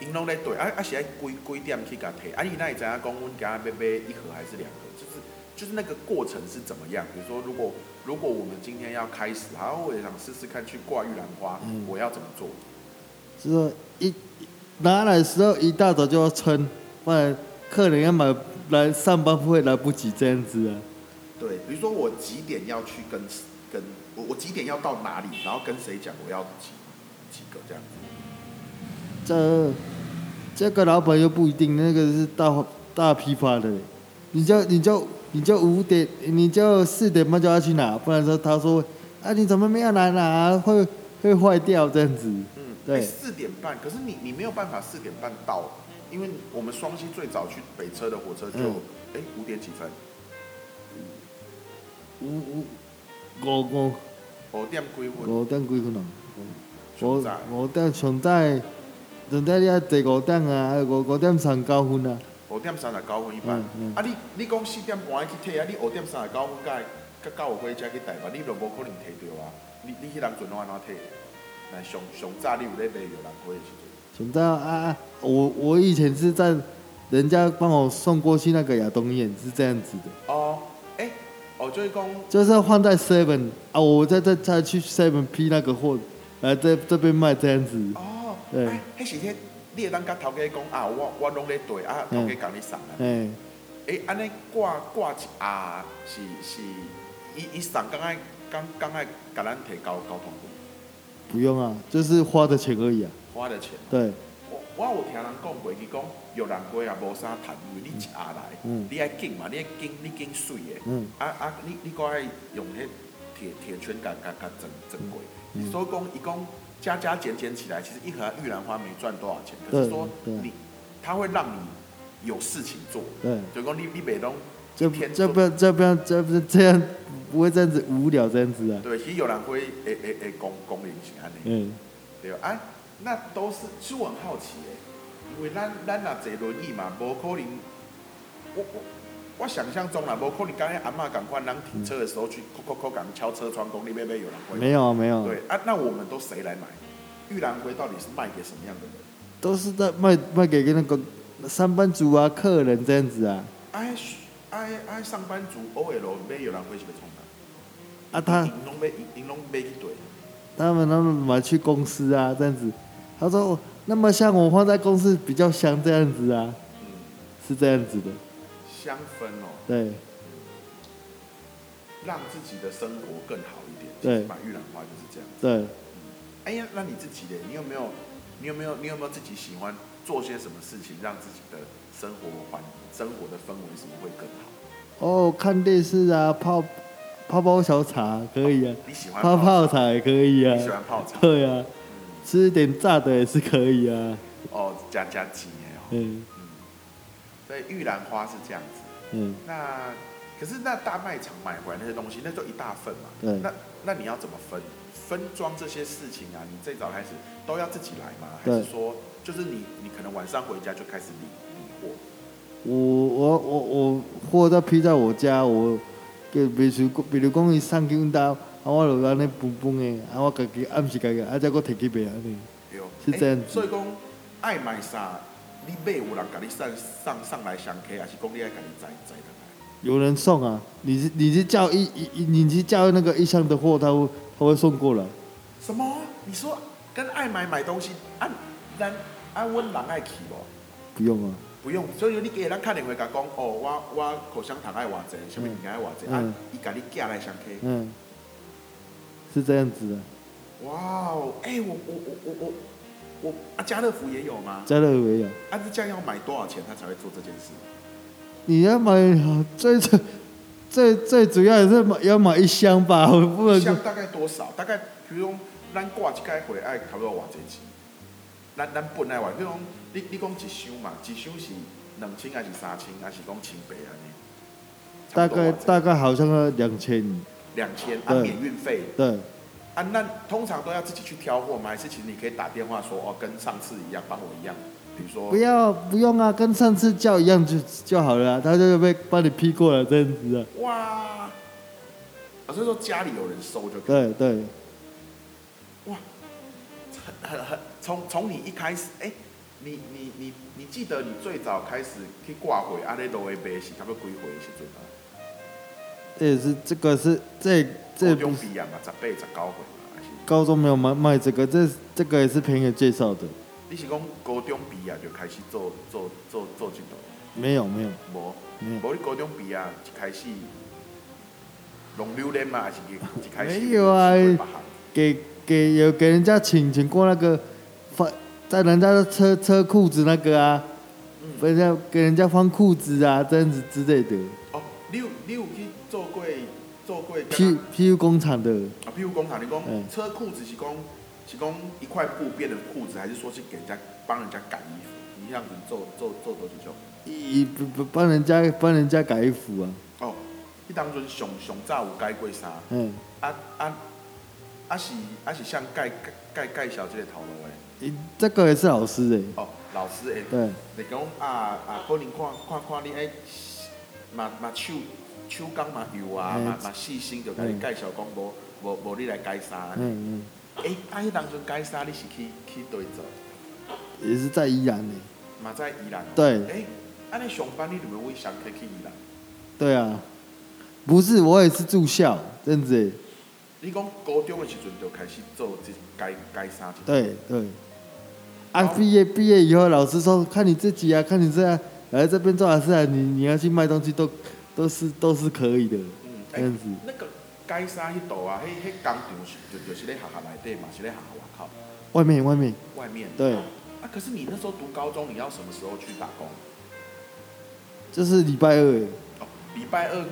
Speaker 1: 因因拢咧对，啊啊是爱几几点去甲摕，啊你那会知影讲，阮今仔要买一盒还是两盒，就是就是那个过程是怎么样？比如说，如果如果我们今天要开始，然后我也想试试看去挂玉兰花，
Speaker 2: 嗯
Speaker 1: 我要怎么做？
Speaker 2: 是说一拿来的时候一大早就要称，不然客人要买来上班会来不及这样子啊。
Speaker 1: 对，比如说我几点要去跟跟我我几点要到哪里，然后跟谁讲我要几几个这样子。
Speaker 2: 这这个老板又不一定，那个是大大批发的，你就你就你就五点，你就四点半就要去拿，不然说他说啊你怎么没有来拿，会会坏掉这样子。
Speaker 1: 嗯，
Speaker 2: 对
Speaker 1: 哎四点半，可是你你没有办法四点半到，因为我们双溪最早去北车的火车就
Speaker 2: 嗯
Speaker 1: 哎五、点几分，
Speaker 2: 五五五五
Speaker 1: 五点几分，
Speaker 2: 五点几分啊？
Speaker 1: 上
Speaker 2: 五
Speaker 1: 载
Speaker 2: 五点上载，上载你啊第五点啊，五五点上九分啊。
Speaker 1: 五点三十九分一班。
Speaker 2: 嗯嗯
Speaker 1: 啊你你讲四点半要去摕啊，你五点三十九分甲甲到有火车去台北，你就无可能摕到啊。你你迄人阵拢安怎摕？但上上早你有咧卖有人过的时阵。
Speaker 2: 想到啊啊，我我以前是在人家帮我送过去那个亚东院是这样子的，
Speaker 1: 哦，哎、哦，就是讲，
Speaker 2: 就是放在 Seven 啊，我再再再去 Seven 批那个货，来这这边卖这样子。
Speaker 1: 哦，
Speaker 2: 对
Speaker 1: 哎，迄是迄，你会当甲头家讲啊，我我拢咧对啊，
Speaker 2: 嗯
Speaker 1: 头家共你送啊。
Speaker 2: 哎，
Speaker 1: 哎、安尼挂挂一盒是是，伊伊送刚爱刚刚爱甲咱提交交通费，
Speaker 2: 不用啊，就是花的钱而已啊。
Speaker 1: 花的钱。
Speaker 2: 对，
Speaker 1: 我我有听人讲过，伊讲有人过啊，无啥趁，因为你一盒来，
Speaker 2: 嗯
Speaker 1: 你爱敬嘛，你爱敬你敬水的，
Speaker 2: 嗯
Speaker 1: 啊啊，你你搁爱用迄铁铁圈甲甲甲整整过。
Speaker 2: 嗯
Speaker 1: 所以讲，伊讲加加减减起来，其实一盒玉兰花没赚多少钱，可是
Speaker 2: 对
Speaker 1: 说
Speaker 2: 对
Speaker 1: 你它会让你有事情做，
Speaker 2: 对，
Speaker 1: 就讲你你袂拢
Speaker 2: 这
Speaker 1: 一天
Speaker 2: 这
Speaker 1: 做
Speaker 2: 不。要这不要这不这样不会这样子无聊这样子啊。
Speaker 1: 对，其实有人会会会会讲讲人是安尼，
Speaker 2: 嗯，
Speaker 1: 对吧啊，那都是其实我很好奇诶，因为咱咱若坐轮椅嘛，无可能，我我我想象中啦，无可能刚才阿嬷赶快人停车的时候去扣扣扣赶敲车窗，讲你要不要有人会，
Speaker 2: 嗯没有啊没有啊，
Speaker 1: 对啊，那我们都谁来买？玉兰龟到底是卖给什么样的人？
Speaker 2: 都是在卖卖给那个上班族啊、客人这样子啊。
Speaker 1: 哎哎哎，上班族 OL 买玉兰龟是要创啥？
Speaker 2: 啊，他
Speaker 1: 因拢买因拢买去对，
Speaker 2: 他们他们买去公司啊，这样子。他说，哦那么像我放在公司比较香这样子啊，
Speaker 1: 嗯，
Speaker 2: 是这样子的，
Speaker 1: 香氛哦、
Speaker 2: 对
Speaker 1: 让自己的生活更好一点。
Speaker 2: 对
Speaker 1: 其实买玉兰花就是这样。
Speaker 2: 对。
Speaker 1: 哎呀，那你自己的，你有没有，你有没有，你有没有自己喜欢做些什么事情，让自己的生活环、生活的氛围什么会更好？
Speaker 2: 哦，看电视啊，泡泡泡小茶可以啊，
Speaker 1: 你喜欢
Speaker 2: 泡泡茶也可以
Speaker 1: 你喜
Speaker 2: 啊，
Speaker 1: 欢泡茶？
Speaker 2: 对啊，吃点炸的也是可以啊，
Speaker 1: 哦，加加鸡耶哦。
Speaker 2: 嗯
Speaker 1: 所以玉兰花是这样子。
Speaker 2: 嗯，
Speaker 1: 那可是那大卖场买回来那些东西，那就一大份嘛。
Speaker 2: 对
Speaker 1: 那那你要怎么分分装这些事情啊？你最早开始都要自己来吗？还
Speaker 2: 对
Speaker 1: 是说，就是你你可能晚上回家就开始理理货？
Speaker 2: 我我我我货都批在我家，我比比如比如讲伊送去阮兜，啊我就安尼蹦蹦的，啊我家己暗时家己，啊再搁摕去卖安尼。
Speaker 1: 对哦，
Speaker 2: 是这样子
Speaker 1: 欸所以讲，爱买啥，你买有人甲你上上上来上客，还是讲你爱甲你载载上来？
Speaker 2: 有人送啊，你是你是叫一一一你是叫那个一箱的货，他会他会送过来。
Speaker 1: 什么？你说跟爱买买东西，按咱按阮人爱去无？
Speaker 2: 不用啊，
Speaker 1: 不用，所以你给咱看电话甲讲，哦，我我口香糖爱偌济，什么物件爱偌济，
Speaker 2: 嗯
Speaker 1: 啊，伊甲你寄来上客。
Speaker 2: 嗯，是这样子的。
Speaker 1: 哇哦，哎，我我我我我我啊，家乐福也有吗？
Speaker 2: 家乐福也有，
Speaker 1: 啊，这样要买多少钱他才会做这件事？
Speaker 2: 你要买最最最最主要也是买要买一箱吧，我不能
Speaker 1: 像
Speaker 2: 说
Speaker 1: 大概多少？大概比如讲，咱挂一届回爱差不多偌济钱？咱咱本来话，比如讲，你你讲一箱嘛，一箱是两千还是三千，还是讲千八安尼？
Speaker 2: 大呃
Speaker 1: 差
Speaker 2: 概
Speaker 1: 不多偌
Speaker 2: 大概好像要两千，
Speaker 1: 济两千，啊
Speaker 2: 对
Speaker 1: 免运费
Speaker 2: 对，
Speaker 1: 啊，那通常都要自己去挑货吗？还是其实你可以打电话说哦，跟上次一样，帮我一样，比如说
Speaker 2: 不要不用啊，跟上次叫一样就就好了啊、他就被帮你批过了这样子啊，
Speaker 1: 哇，啊所以说家里有人收就可以。
Speaker 2: 对对，
Speaker 1: 很很从从你一开始，哎、你你你你记得你最早开始去挂啊回阿咧罗威杯是差不多几回的时阵啊？
Speaker 2: 这也是这个是这这不
Speaker 1: 用
Speaker 2: 是
Speaker 1: 比啊嘛，十八十九回嘛，还是
Speaker 2: 高中没有卖卖这个，这这个也是朋友介绍的，
Speaker 1: 你是讲高中毕业就开始做做做做这个，
Speaker 2: 没有没有
Speaker 1: 无
Speaker 2: 没有
Speaker 1: 无你高中毕业一开始弄榴莲嘛，还是一一开始
Speaker 2: 没有啊
Speaker 1: 会别行
Speaker 2: 给给有给人家请请过那个翻在人家的车车裤子那个啊，人家给人家翻裤子啊这样子之类的，
Speaker 1: 哦，你有你有去做过做过跟
Speaker 2: 批批务工厂的，
Speaker 1: 啊，譬如工厂，你讲
Speaker 2: 嗯
Speaker 1: 车裤子是讲是讲一块布变的裤子，还是说是给人家帮人家改衣服？一样子做做做多久久？
Speaker 2: 一不不帮人家帮人家改衣服啊，
Speaker 1: 哦，你当阵上上早有改过衫，
Speaker 2: 嗯，
Speaker 1: 啊啊啊是啊是向介介介绍这个头路的。
Speaker 2: 诶这个也是老师诶、
Speaker 1: 哦，老师诶，
Speaker 2: 对，
Speaker 1: 你讲啊啊，可能看看看你诶，嘛嘛手手工嘛有啊，
Speaker 2: 嘿
Speaker 1: 嘛嘛细心，就甲你
Speaker 2: 嗯
Speaker 1: 介绍讲无无无你来改衫。
Speaker 2: 嗯
Speaker 1: 诶，啊，迄当阵改衫你是去去对做，
Speaker 2: 嗯，也是在宜兰诶、
Speaker 1: 嘛在宜兰。
Speaker 2: 对
Speaker 1: 诶，安尼上班你就会想去去宜兰？
Speaker 2: 对啊，不是我也是住校这样子、诶
Speaker 1: 你讲高中的时阵就开始做这改改衫这，
Speaker 2: 对对，啊毕业毕业以后老师说看你自己啊，看你这样来这边做老师啊，你你要去卖东西都都是都是可以的，
Speaker 1: 嗯，
Speaker 2: 这样子。
Speaker 1: 那个改衫迄度啊，迄迄工厂是就就是咧学校内底嘛，是咧学校外口
Speaker 2: 外面外面
Speaker 1: 外面。
Speaker 2: 对，
Speaker 1: 啊，可是你那时候读高中，你要什么时候去打工？
Speaker 2: 就是礼拜二、诶
Speaker 1: 哦，礼拜二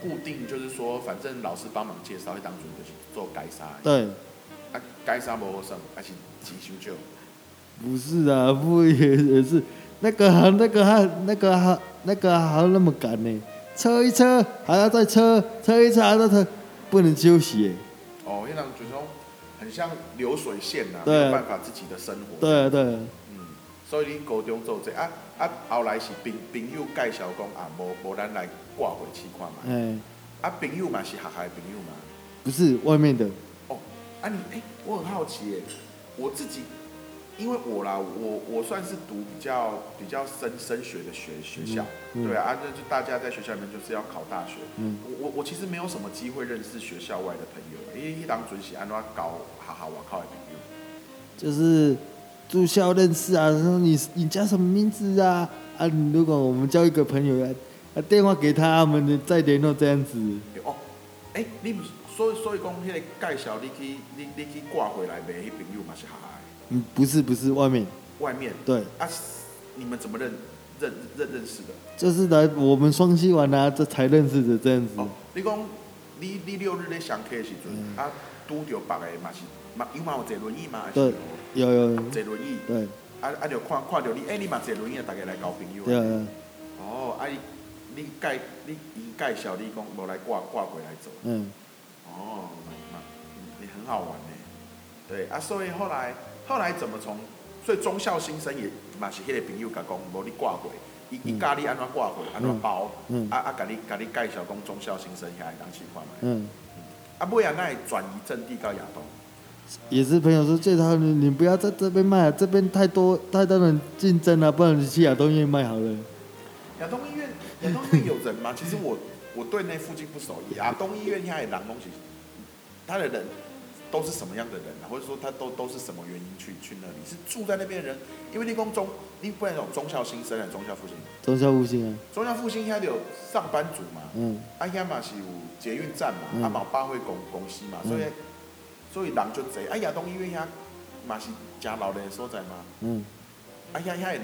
Speaker 1: 固定就是说，反正老师帮忙介绍，会当准就是做改衫的。
Speaker 2: 对，
Speaker 1: 啊，改衫无好算，啊是钱伤少。
Speaker 2: 不是啊，不也也是那个还那个还那个还那个还要那么赶呢、车一车还要再车，车一车还要再车，不能休息、诶
Speaker 1: 哦，因为觉得说很像流水线呐、啊，没
Speaker 2: 对啊
Speaker 1: 有办法自己的生活。
Speaker 2: 对啊对啊，
Speaker 1: 嗯，所以你高中做这啊啊，后来是朋朋友介绍讲啊，无无咱来挂回去看嘛。
Speaker 2: 哎、
Speaker 1: 啊，朋友嘛是学校的朋友嘛。
Speaker 2: 不是外面的，
Speaker 1: 哦，啊你哎、我很好奇耶，我自己，因为我啦，我我算是读比较比较升升学的学学校，
Speaker 2: 嗯嗯
Speaker 1: 对啊，啊那就大家在学校里面就是要考大学，
Speaker 2: 嗯
Speaker 1: 我我我其实没有什么机会认识学校外的朋友，因为一当准喜安怎搞哈哈我靠的朋友，
Speaker 2: 就是住校认识啊，说你你叫什么名字啊？啊，你如果我们交一个朋友啊，啊电话给他，我们再联络这样子。
Speaker 1: 对哦，哎、你不是所以所以讲迄个介绍你去你你去挂回来的迄朋友嘛是哈哈的，
Speaker 2: 嗯，不是不是外面，
Speaker 1: 外面
Speaker 2: 对，
Speaker 1: 啊你们怎么认认认认识的？
Speaker 2: 就是来我们双溪玩啊，这才认识的这样子。
Speaker 1: 哦，你讲你你六日咧上课的时阵，
Speaker 2: 嗯
Speaker 1: 啊，拄着别个嘛是嘛，有嘛有坐轮椅嘛，还是
Speaker 2: 对
Speaker 1: 有，
Speaker 2: 有有有，
Speaker 1: 坐轮椅，
Speaker 2: 对
Speaker 1: 啊啊就看看着你，哎、你嘛坐轮椅，大家来交朋友。
Speaker 2: 对啊，
Speaker 1: 哦，啊伊你介你伊介绍你讲无来挂挂过来做，
Speaker 2: 嗯，
Speaker 1: 哦，嘛嘛，你很好玩呢。对啊，所以后来后来怎么从，所以中校新生也嘛是迄个朋友甲讲，无你挂过，伊伊教你安怎挂过，安怎包，
Speaker 2: 嗯嗯
Speaker 1: 啊啊甲你甲你介绍讲中校新生遐会当试看觅。
Speaker 2: 嗯，
Speaker 1: 啊，尾啊，咱会转移阵地到亚东。
Speaker 2: 也是朋友说最好你你不要在这边卖、啊，这边太多太多人竞争了、不然你去亚东院卖好了。
Speaker 1: 亚东医院，亚东医院有人吗？其实我我对那附近不熟。亚东医院现在狼东西，他的人都是什么样的人啊？或者说他都都是什么原因去去那里？是住在那边的人？因为立功中，你不然有中校新生啊，中校复兴，
Speaker 2: 中校复兴啊，
Speaker 1: 中校复兴现在有上班族嘛，
Speaker 2: 嗯，
Speaker 1: 啊遐嘛是有捷运站嘛，
Speaker 2: 嗯
Speaker 1: 啊嘛有百货公公司嘛，所以、所以人就侪。啊亚东医院遐嘛是真热闹的所在嘛，
Speaker 2: 嗯，
Speaker 1: 啊遐遐的人，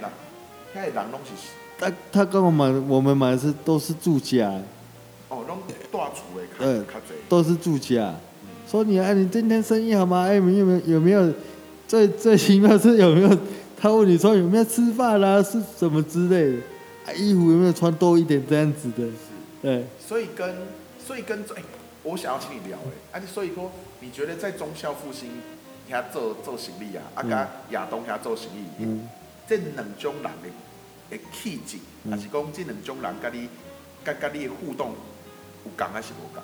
Speaker 1: 遐的人拢是。
Speaker 2: 他他跟我买我们买的是都是住家、
Speaker 1: 哦，拢大厝的
Speaker 2: 对
Speaker 1: 较较侪，
Speaker 2: 都是住家，说你哎、你今天生意好吗？哎、你有没有有没有最最奇妙是有没有他问你说有没有吃饭啦、是什么之类的，啊、衣服有没有穿多一点这样子的，对，
Speaker 1: 所以跟所以跟哎、我想要请你聊哎，啊，所以说你觉得在中校复兴遐做做生意啊，啊，甲亚东遐做生意，
Speaker 2: 嗯
Speaker 1: 这两种人的的气质，
Speaker 2: 嗯
Speaker 1: 还是讲这两种人甲你甲甲你的互动有共还是无共？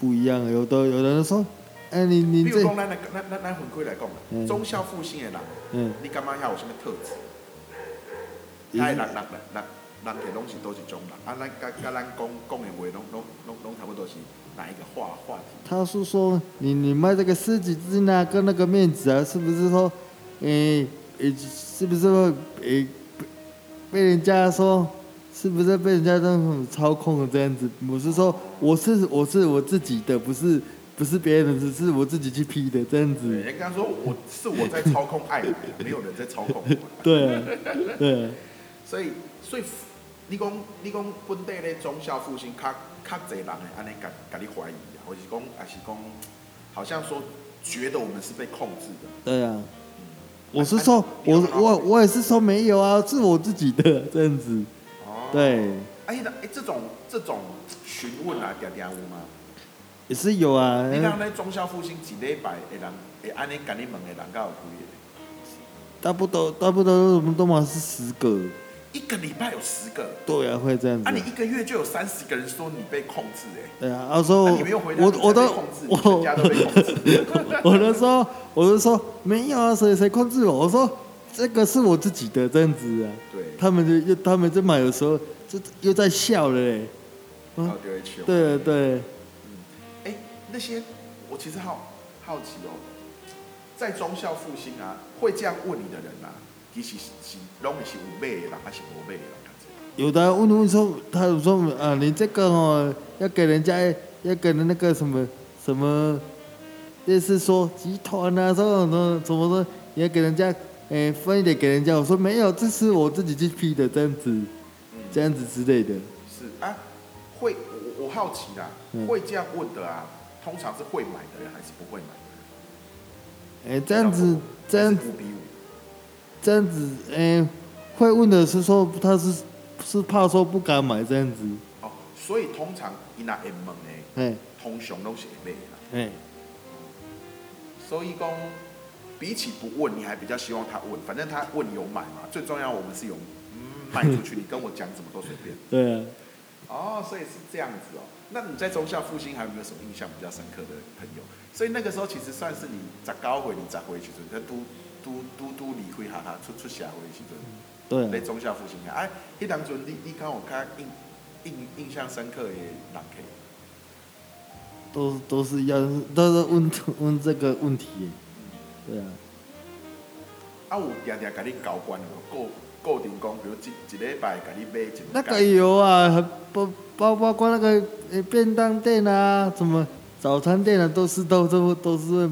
Speaker 2: 不一样，有的有的人说，哎、你你
Speaker 1: 比如
Speaker 2: 这
Speaker 1: 讲咱来咱咱咱分开来讲啦，
Speaker 2: 嗯
Speaker 1: 中校复兴的人，
Speaker 2: 嗯。
Speaker 1: 你感觉遐有啥物特质？遐的人人人
Speaker 2: 嗯
Speaker 1: 人人其实拢是都是种人，啊，咱甲甲咱讲讲的话，拢拢拢拢差不多是哪一个话话题？
Speaker 2: 他是说你你卖这个狮子精啊，跟那个面子啊，是不是说，诶、诶、是不是说诶、被被人家说，是不是被人家那种操控的这样子？我是说我是我是我自己的，不是不是别人的，只是我自己去批的这样
Speaker 1: 对，
Speaker 2: 子。
Speaker 1: 人家说我是我在操控爱你，没有人在操控我。
Speaker 2: 对啊，对啊，
Speaker 1: 所以所以你讲你讲本地咧中校复兴较较侪人会安尼甲甲你怀疑啊，或者是讲还是讲好像说觉得我们是被控制的。
Speaker 2: 对啊。我是说，我
Speaker 1: 你有
Speaker 2: 我我也是说没有啊，是我自己的这样子。
Speaker 1: 哦，
Speaker 2: 对，
Speaker 1: 哎、那哎，这种这种询问啊，嗲嗲有吗？
Speaker 2: 也是有啊。
Speaker 1: 你讲咧中校复兴一礼拜的人，会安尼甲你问的人，敢有几
Speaker 2: 差不多，差不多，我们都嘛是十个，
Speaker 1: 个？一个礼拜有十个，
Speaker 2: 对啊，会这样子
Speaker 1: 啊，。你一个月就有三十个人说你被控制、哎，
Speaker 2: 对啊，啊，说
Speaker 1: 那、
Speaker 2: 我
Speaker 1: 你没有回答，
Speaker 2: 我
Speaker 1: 你才
Speaker 2: 我都
Speaker 1: 被控制，你全家
Speaker 2: 我
Speaker 1: 都被控制。
Speaker 2: 我都说我都说没有啊，谁谁控制我？我说这个是我自己的这样子啊。
Speaker 1: 对，
Speaker 2: 他们就又他们就嘛有时候就又在笑了嘞。
Speaker 1: 然后就会去。
Speaker 2: 对对，
Speaker 1: 哎、那些我其实好好奇哦，在中校复兴啊，会这样问你的人啊，其实是是拢是有买的人，还是无买的人？啊
Speaker 2: 有的人问问说，他有说啊，你这个哦要给人家要给人那个什么什么，类似说集团啊，这种的怎么说也要给人家哎分一点给人家。我说没有，这是我自己去批的，这样子，这样子之类的。
Speaker 1: 是啊，会我我好奇啦，
Speaker 2: 嗯
Speaker 1: 会这样问的啊，通常是会买的人还是不会买的人？
Speaker 2: 哎，这样子这样
Speaker 1: 五比五，
Speaker 2: 这样子，哎，会问的是说他是是怕说不敢买这样子，
Speaker 1: 哦，所以通常伊若会问的，
Speaker 2: 哎
Speaker 1: 通常拢是会买的啦。
Speaker 2: 哎，
Speaker 1: 所以讲，比起不问，你还比较希望他问，反正他问有买嘛，最重要我们是有嗯 卖出去，你跟我讲什么都随便。
Speaker 2: 对啊。
Speaker 1: 哦，所以是这样子哦。那你在中校复兴还有没有什么印象比较深刻的朋友？所以那个时候其实算是你在高回，你在回去阵，在都都都都离开哈哈出出社会的时阵，
Speaker 2: 对啊
Speaker 1: 在中校复兴啊，哎，迄当阵你你看我较印印印象深刻的人客，
Speaker 2: 都都是一样，都是问问这个问题耶，对啊，
Speaker 1: 啊有定定甲你交关的无固固定讲，比如一一礼拜甲你买一两
Speaker 2: 那个有啊，还包包包括那个呃便当店啊，什么早餐店啊，都是都都都是会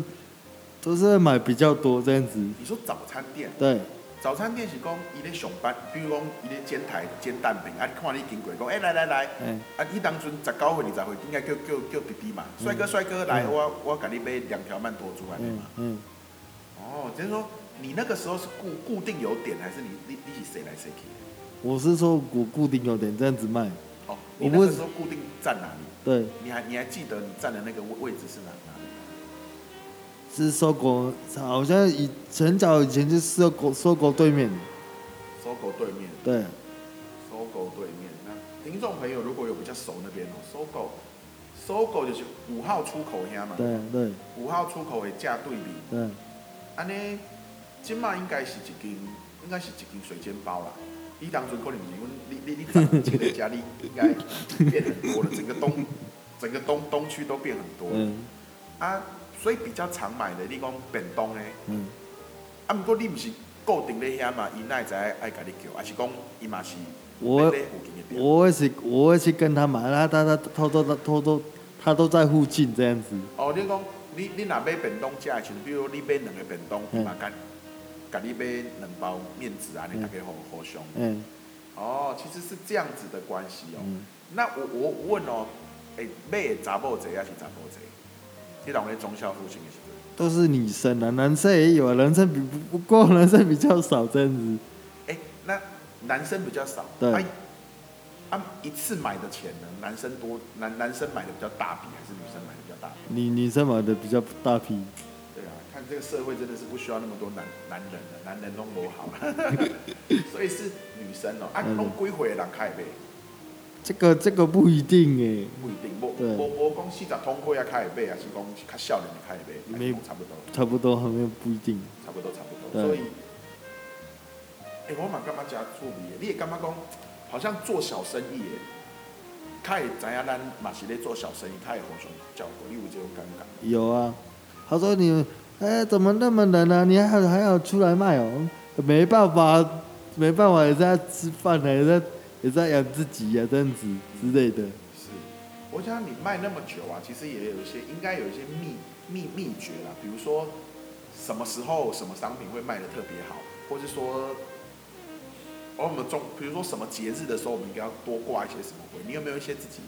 Speaker 2: 都是会买比较多这样子，
Speaker 1: 你说早餐店，
Speaker 2: 对
Speaker 1: 早餐店是讲伊咧上班，比如讲伊咧煎台煎蛋饼，啊，看你经过讲，哎、来来来，
Speaker 2: 哎
Speaker 1: 啊，伊当阵十九岁二十岁，应该叫叫叫弟弟嘛，帅哥帅哥来，我我给你买两条曼陀珠来
Speaker 2: 嗯
Speaker 1: 嘛。
Speaker 2: 嗯，
Speaker 1: 哦，只是说你那个时候是固固定有点，还是你你你是谁来谁去？
Speaker 2: 我是说我固定有点这样子卖，
Speaker 1: 哦，你
Speaker 2: 我
Speaker 1: 那个
Speaker 2: 不
Speaker 1: 时候固定站哪里？
Speaker 2: 对，
Speaker 1: 你还你还记得你站的那个位位置是哪哪里？
Speaker 2: 是搜狗，好像以很早以前就是搜狗搜狗对面，
Speaker 1: 搜狗对面，
Speaker 2: 对，
Speaker 1: 搜狗对面。那听众朋友如果有比较熟那边哦，搜狗，搜狗就是五号出口遐嘛。
Speaker 2: 对对
Speaker 1: 五号出口的正对面，
Speaker 2: 对，
Speaker 1: 安尼，即卖应该是一间，应该是一间水煎包啦。你当初可能是阮，你你你长期在家里应该变很多了，整个东，整个东东区都变很多了
Speaker 2: 嗯
Speaker 1: 啊。所以比较常买的，你讲便当呢，
Speaker 2: 嗯，
Speaker 1: 啊，毋过你毋是固定咧遐嘛，伊哪会知爱甲你叫，还是讲伊嘛是
Speaker 2: 我
Speaker 1: 咧附近的店？
Speaker 2: 我会去，我会去跟他买，他他他偷偷的偷偷，他都在附近这样子。
Speaker 1: 哦，你讲你你若买便当食的时阵，比如你买两个便当，
Speaker 2: 嗯
Speaker 1: 伊嘛甲甲你买两包面子啊，你大家互互相。
Speaker 2: 嗯，
Speaker 1: 哦，其实是这样子的关系哦。
Speaker 2: 嗯
Speaker 1: 那我我问哦，诶、妹的查某侪还是查某侪？你当咧中校附近的时阵，
Speaker 2: 都是女生啊，男生也有啊，男生比不不过男生比较少这样子。
Speaker 1: 诶、那男生比较少，
Speaker 2: 对
Speaker 1: 啊，啊一次买的钱呢，男生多男男生买的比较大笔，还是女生买的比较大笔？
Speaker 2: 女女生买的比较大批，
Speaker 1: 对啊，看这个社会真的是不需要那么多男男人了，男人都磨 好，所以是女生哦，啊，
Speaker 2: 嗯
Speaker 1: 弄几回的人开呗，
Speaker 2: 这个这个不一定哎、
Speaker 1: 不一定，无
Speaker 2: 对
Speaker 1: 无无讲四十通过啊开呗，还是讲较少年的开呗，还是
Speaker 2: 没
Speaker 1: 讲差不多。
Speaker 2: 差不多好像不一定。
Speaker 1: 差不多差不多。
Speaker 2: 嗯对
Speaker 1: 所以，哎、我嘛感觉加趣味的，你也感觉讲，好像做小生意的，他会知影咱嘛是咧做小生意，他会互相照顾，你有这种感觉？
Speaker 2: 有啊，他说你哎怎么那么冷啊？你还还要出来卖哦？没办法，没办法，也在吃饭啊呢，也在也在养自己啊呀、这样子之类的。
Speaker 1: 是，我想你卖那么久啊，其实也有一些，应该有一些秘秘秘诀啦，比如说什么时候什么商品会卖的特别好，或是说。哦而我们中，比如说什么节日的时候，我们应该要多挂一些什么回？你有没有一些自己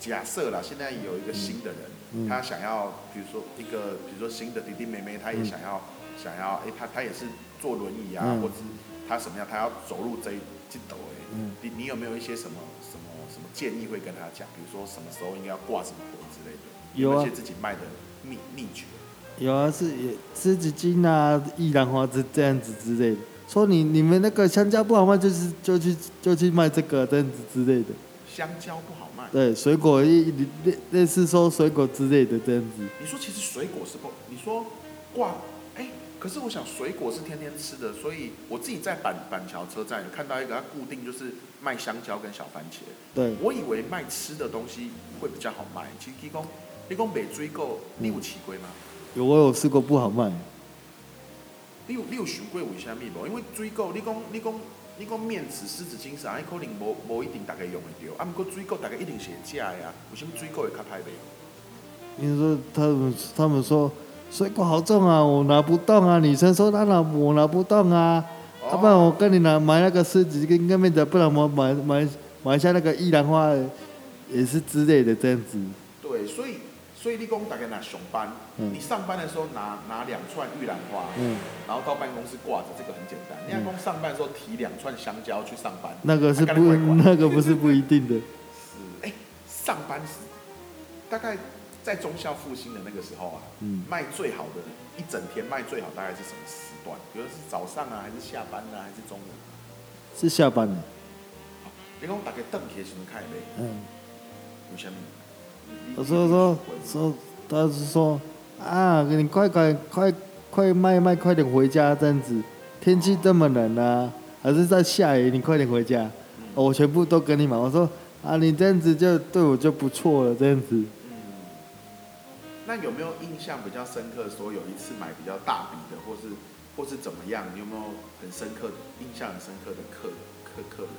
Speaker 1: 假设啦，现在有一个新的人，
Speaker 2: 嗯
Speaker 1: 他想要，比如说一个，比如说新的弟弟妹妹，他也
Speaker 2: 嗯
Speaker 1: 想要、想要，哎、他他也是坐轮椅啊，
Speaker 2: 嗯
Speaker 1: 或者是他什么样，他要走入这一这斗哎，
Speaker 2: 嗯
Speaker 1: 你你有没有一些什么什么什么建议会跟他讲？比如说什么时候应该要挂什么魂之类的，
Speaker 2: 有啊
Speaker 1: 一些自己卖的秘秘诀，
Speaker 2: 有啊，是也湿纸巾啊、易燃花这这样子之类的。说你你们那个香蕉不好卖，就是就去就去卖这个这样子之类的。
Speaker 1: 香蕉不好卖。
Speaker 2: 对，水果一类类似说水果之类的这样子。
Speaker 1: 你说其实水果是不，你说挂，哎、可是我想水果是天天吃的，所以我自己在板板桥车站有看到一个，它固定就是卖香蕉跟小番茄。
Speaker 2: 对，
Speaker 1: 我以为卖吃的东西会比较好卖，其实提供提供北追购六奇龟吗？
Speaker 2: 有我有试过不好卖。
Speaker 1: 你有你有想过为虾米无？因为水果，你讲你讲你讲面子、狮子精神，安可能无无一定大家用会到，啊，毋过水果大家一定是会食的啊。为什么水果会较歹卖？
Speaker 2: 你说他们他们说水果好重啊，我拿不动啊。女生说那拿我拿不动啊，要、不然我跟你拿买那个狮子跟跟面的，不然我买买买一下那个易燃花也是之类的这样子。
Speaker 1: 对，所以所以你讲大家拿上班，
Speaker 2: 嗯
Speaker 1: 你上班的时候拿拿两串玉兰花，
Speaker 2: 嗯，
Speaker 1: 然后到办公室挂着，这个很简单。你看公上班的时候提两串香蕉去上班，
Speaker 2: 那个是
Speaker 1: 啊
Speaker 2: 不
Speaker 1: 干得怪怪
Speaker 2: 那个不是不一 定的。
Speaker 1: 是哎，上班时大概在中校复兴的那个时候啊，
Speaker 2: 嗯
Speaker 1: 卖最好的一整天卖最好大概是什么时段？比如是早上啊，还是下班啊，还是中午啊？
Speaker 2: 是下班了。
Speaker 1: 你讲大家邓起的时候开呗，
Speaker 2: 嗯，
Speaker 1: 有啥物？
Speaker 2: 我说说说，他是说啊，你快快快快卖卖，快点回家这样子。天气这么冷啊，还是在下雨，你快点回家。
Speaker 1: 嗯
Speaker 2: 哦我全部都给你买。我说啊，你这样子就对我就不错了，这样子。
Speaker 1: 那有没有印象比较深刻？说有一次买比较大笔的，或是或是怎么样？你有没有很深刻、印象很深刻的客客客人？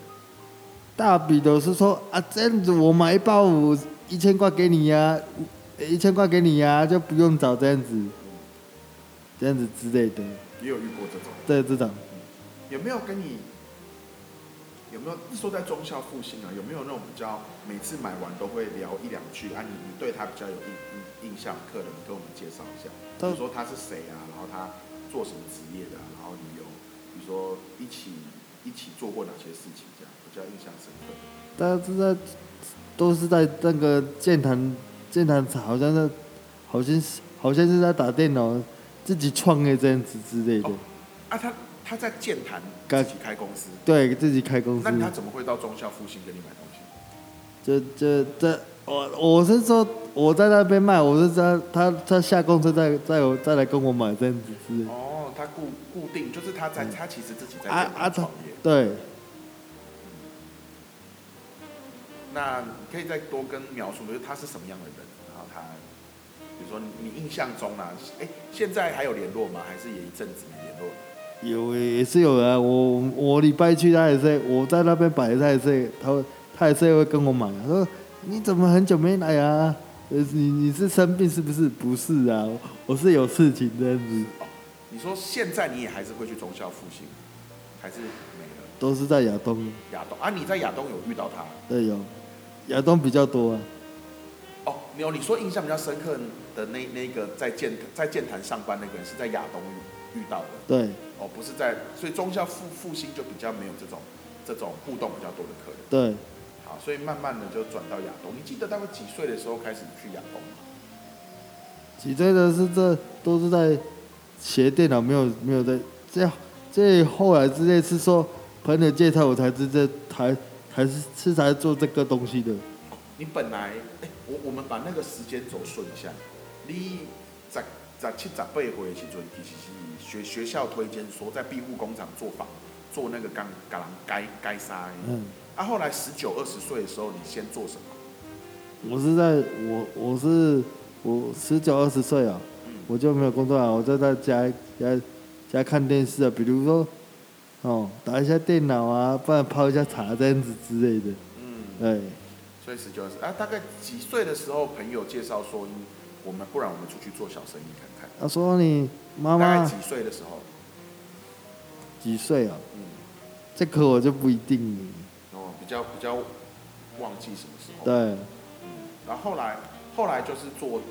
Speaker 2: 大笔的是说啊，这样子我买一包五一千块给你呀、一千块给你呀、就不用找这样子，这样子之类的。
Speaker 1: 也有遇过这种？
Speaker 2: 对，这种
Speaker 1: 有没有跟你有没有说在中校复兴啊？有没有那种比较每次买完都会聊一两句啊？你你对他比较有印印印象的客人，你跟我们介绍一下，比
Speaker 2: 他
Speaker 1: 如说他是谁啊？然后他做什么职业的啊、然后你有比如说一起一起做过哪些事情？这样比较印象深刻的。
Speaker 2: 大家是在都是在那个建坛建坛厂，好像在好像是好像是在打电脑自己创业这样子之类的，
Speaker 1: 哦啊，他他在健谈
Speaker 2: 干
Speaker 1: 自己开公司，
Speaker 2: 对自己开公司
Speaker 1: 那，他怎么会到中校复兴给你买东西？
Speaker 2: 就就这我我是说我在那边卖，我是在他他下公车再再有再来跟我买这样子之类的，
Speaker 1: 哦，他固固定就是他在，他其实自己在
Speaker 2: 嗯啊
Speaker 1: 健
Speaker 2: 啊
Speaker 1: 谈
Speaker 2: 他
Speaker 1: 创业。
Speaker 2: 对，
Speaker 1: 那你可以再多跟描述，就是他是什么样的人，然后他，比如说你你印象中啦、哎、现在还有联络吗？还是也一阵子没联络？
Speaker 2: 有也是有啊，我我礼拜去他也是我在那边摆，他也是他会他也是会跟我买啊，说你怎么很久没来啊？呃，你你是生病是不是？不是啊，我我是有事情这样子，
Speaker 1: 你说现在你也还是会去中校复兴，还是没了？
Speaker 2: 都是在亚东，
Speaker 1: 亚东啊，你在亚东有遇到他？
Speaker 2: 对有，亚东比较多啊，
Speaker 1: 哦，没有，你说印象比较深刻的那那个在建在建坛上班那个人是在亚东遇遇到的，
Speaker 2: 对
Speaker 1: 哦，不是在，所以中校复复兴就比较没有这种这种互动比较多的客人。
Speaker 2: 对，
Speaker 1: 好，所以慢慢的就转到亚东。你记得大概几岁的时候开始去亚东吗？
Speaker 2: 几堆的是这都是在学电脑，没有没有在这这后来之类是说朋友介绍我才知这才才是是才做这个东西的，
Speaker 1: 你本来，哎、我我们把那个时间轴顺一下，你十十七、十八岁的时阵，其实是学学校推荐说在庇护工厂做房，做那个钢钢人该该杀。
Speaker 2: 嗯。
Speaker 1: 啊，后来十九、二十岁的时候，你先做什么？
Speaker 2: 我是在我我是我十九二十岁啊，我就没有工作啊，我就在家家家看电视啊，比如说哦打一下电脑啊，不然泡一下茶这样子之类的。哎
Speaker 1: 嗯，
Speaker 2: 对，
Speaker 1: 所以十九、二十啊，大概几岁的时候，朋友介绍说，嗯我们不然我们出去做小生意看看。
Speaker 2: 他说你妈
Speaker 1: 大概
Speaker 2: 妈
Speaker 1: 几岁的时候？
Speaker 2: 几岁啊？
Speaker 1: 嗯，
Speaker 2: 这个我就不一定了。
Speaker 1: 哦，比较比较忘记什么时候。
Speaker 2: 对，
Speaker 1: 嗯，然后后来后来就是做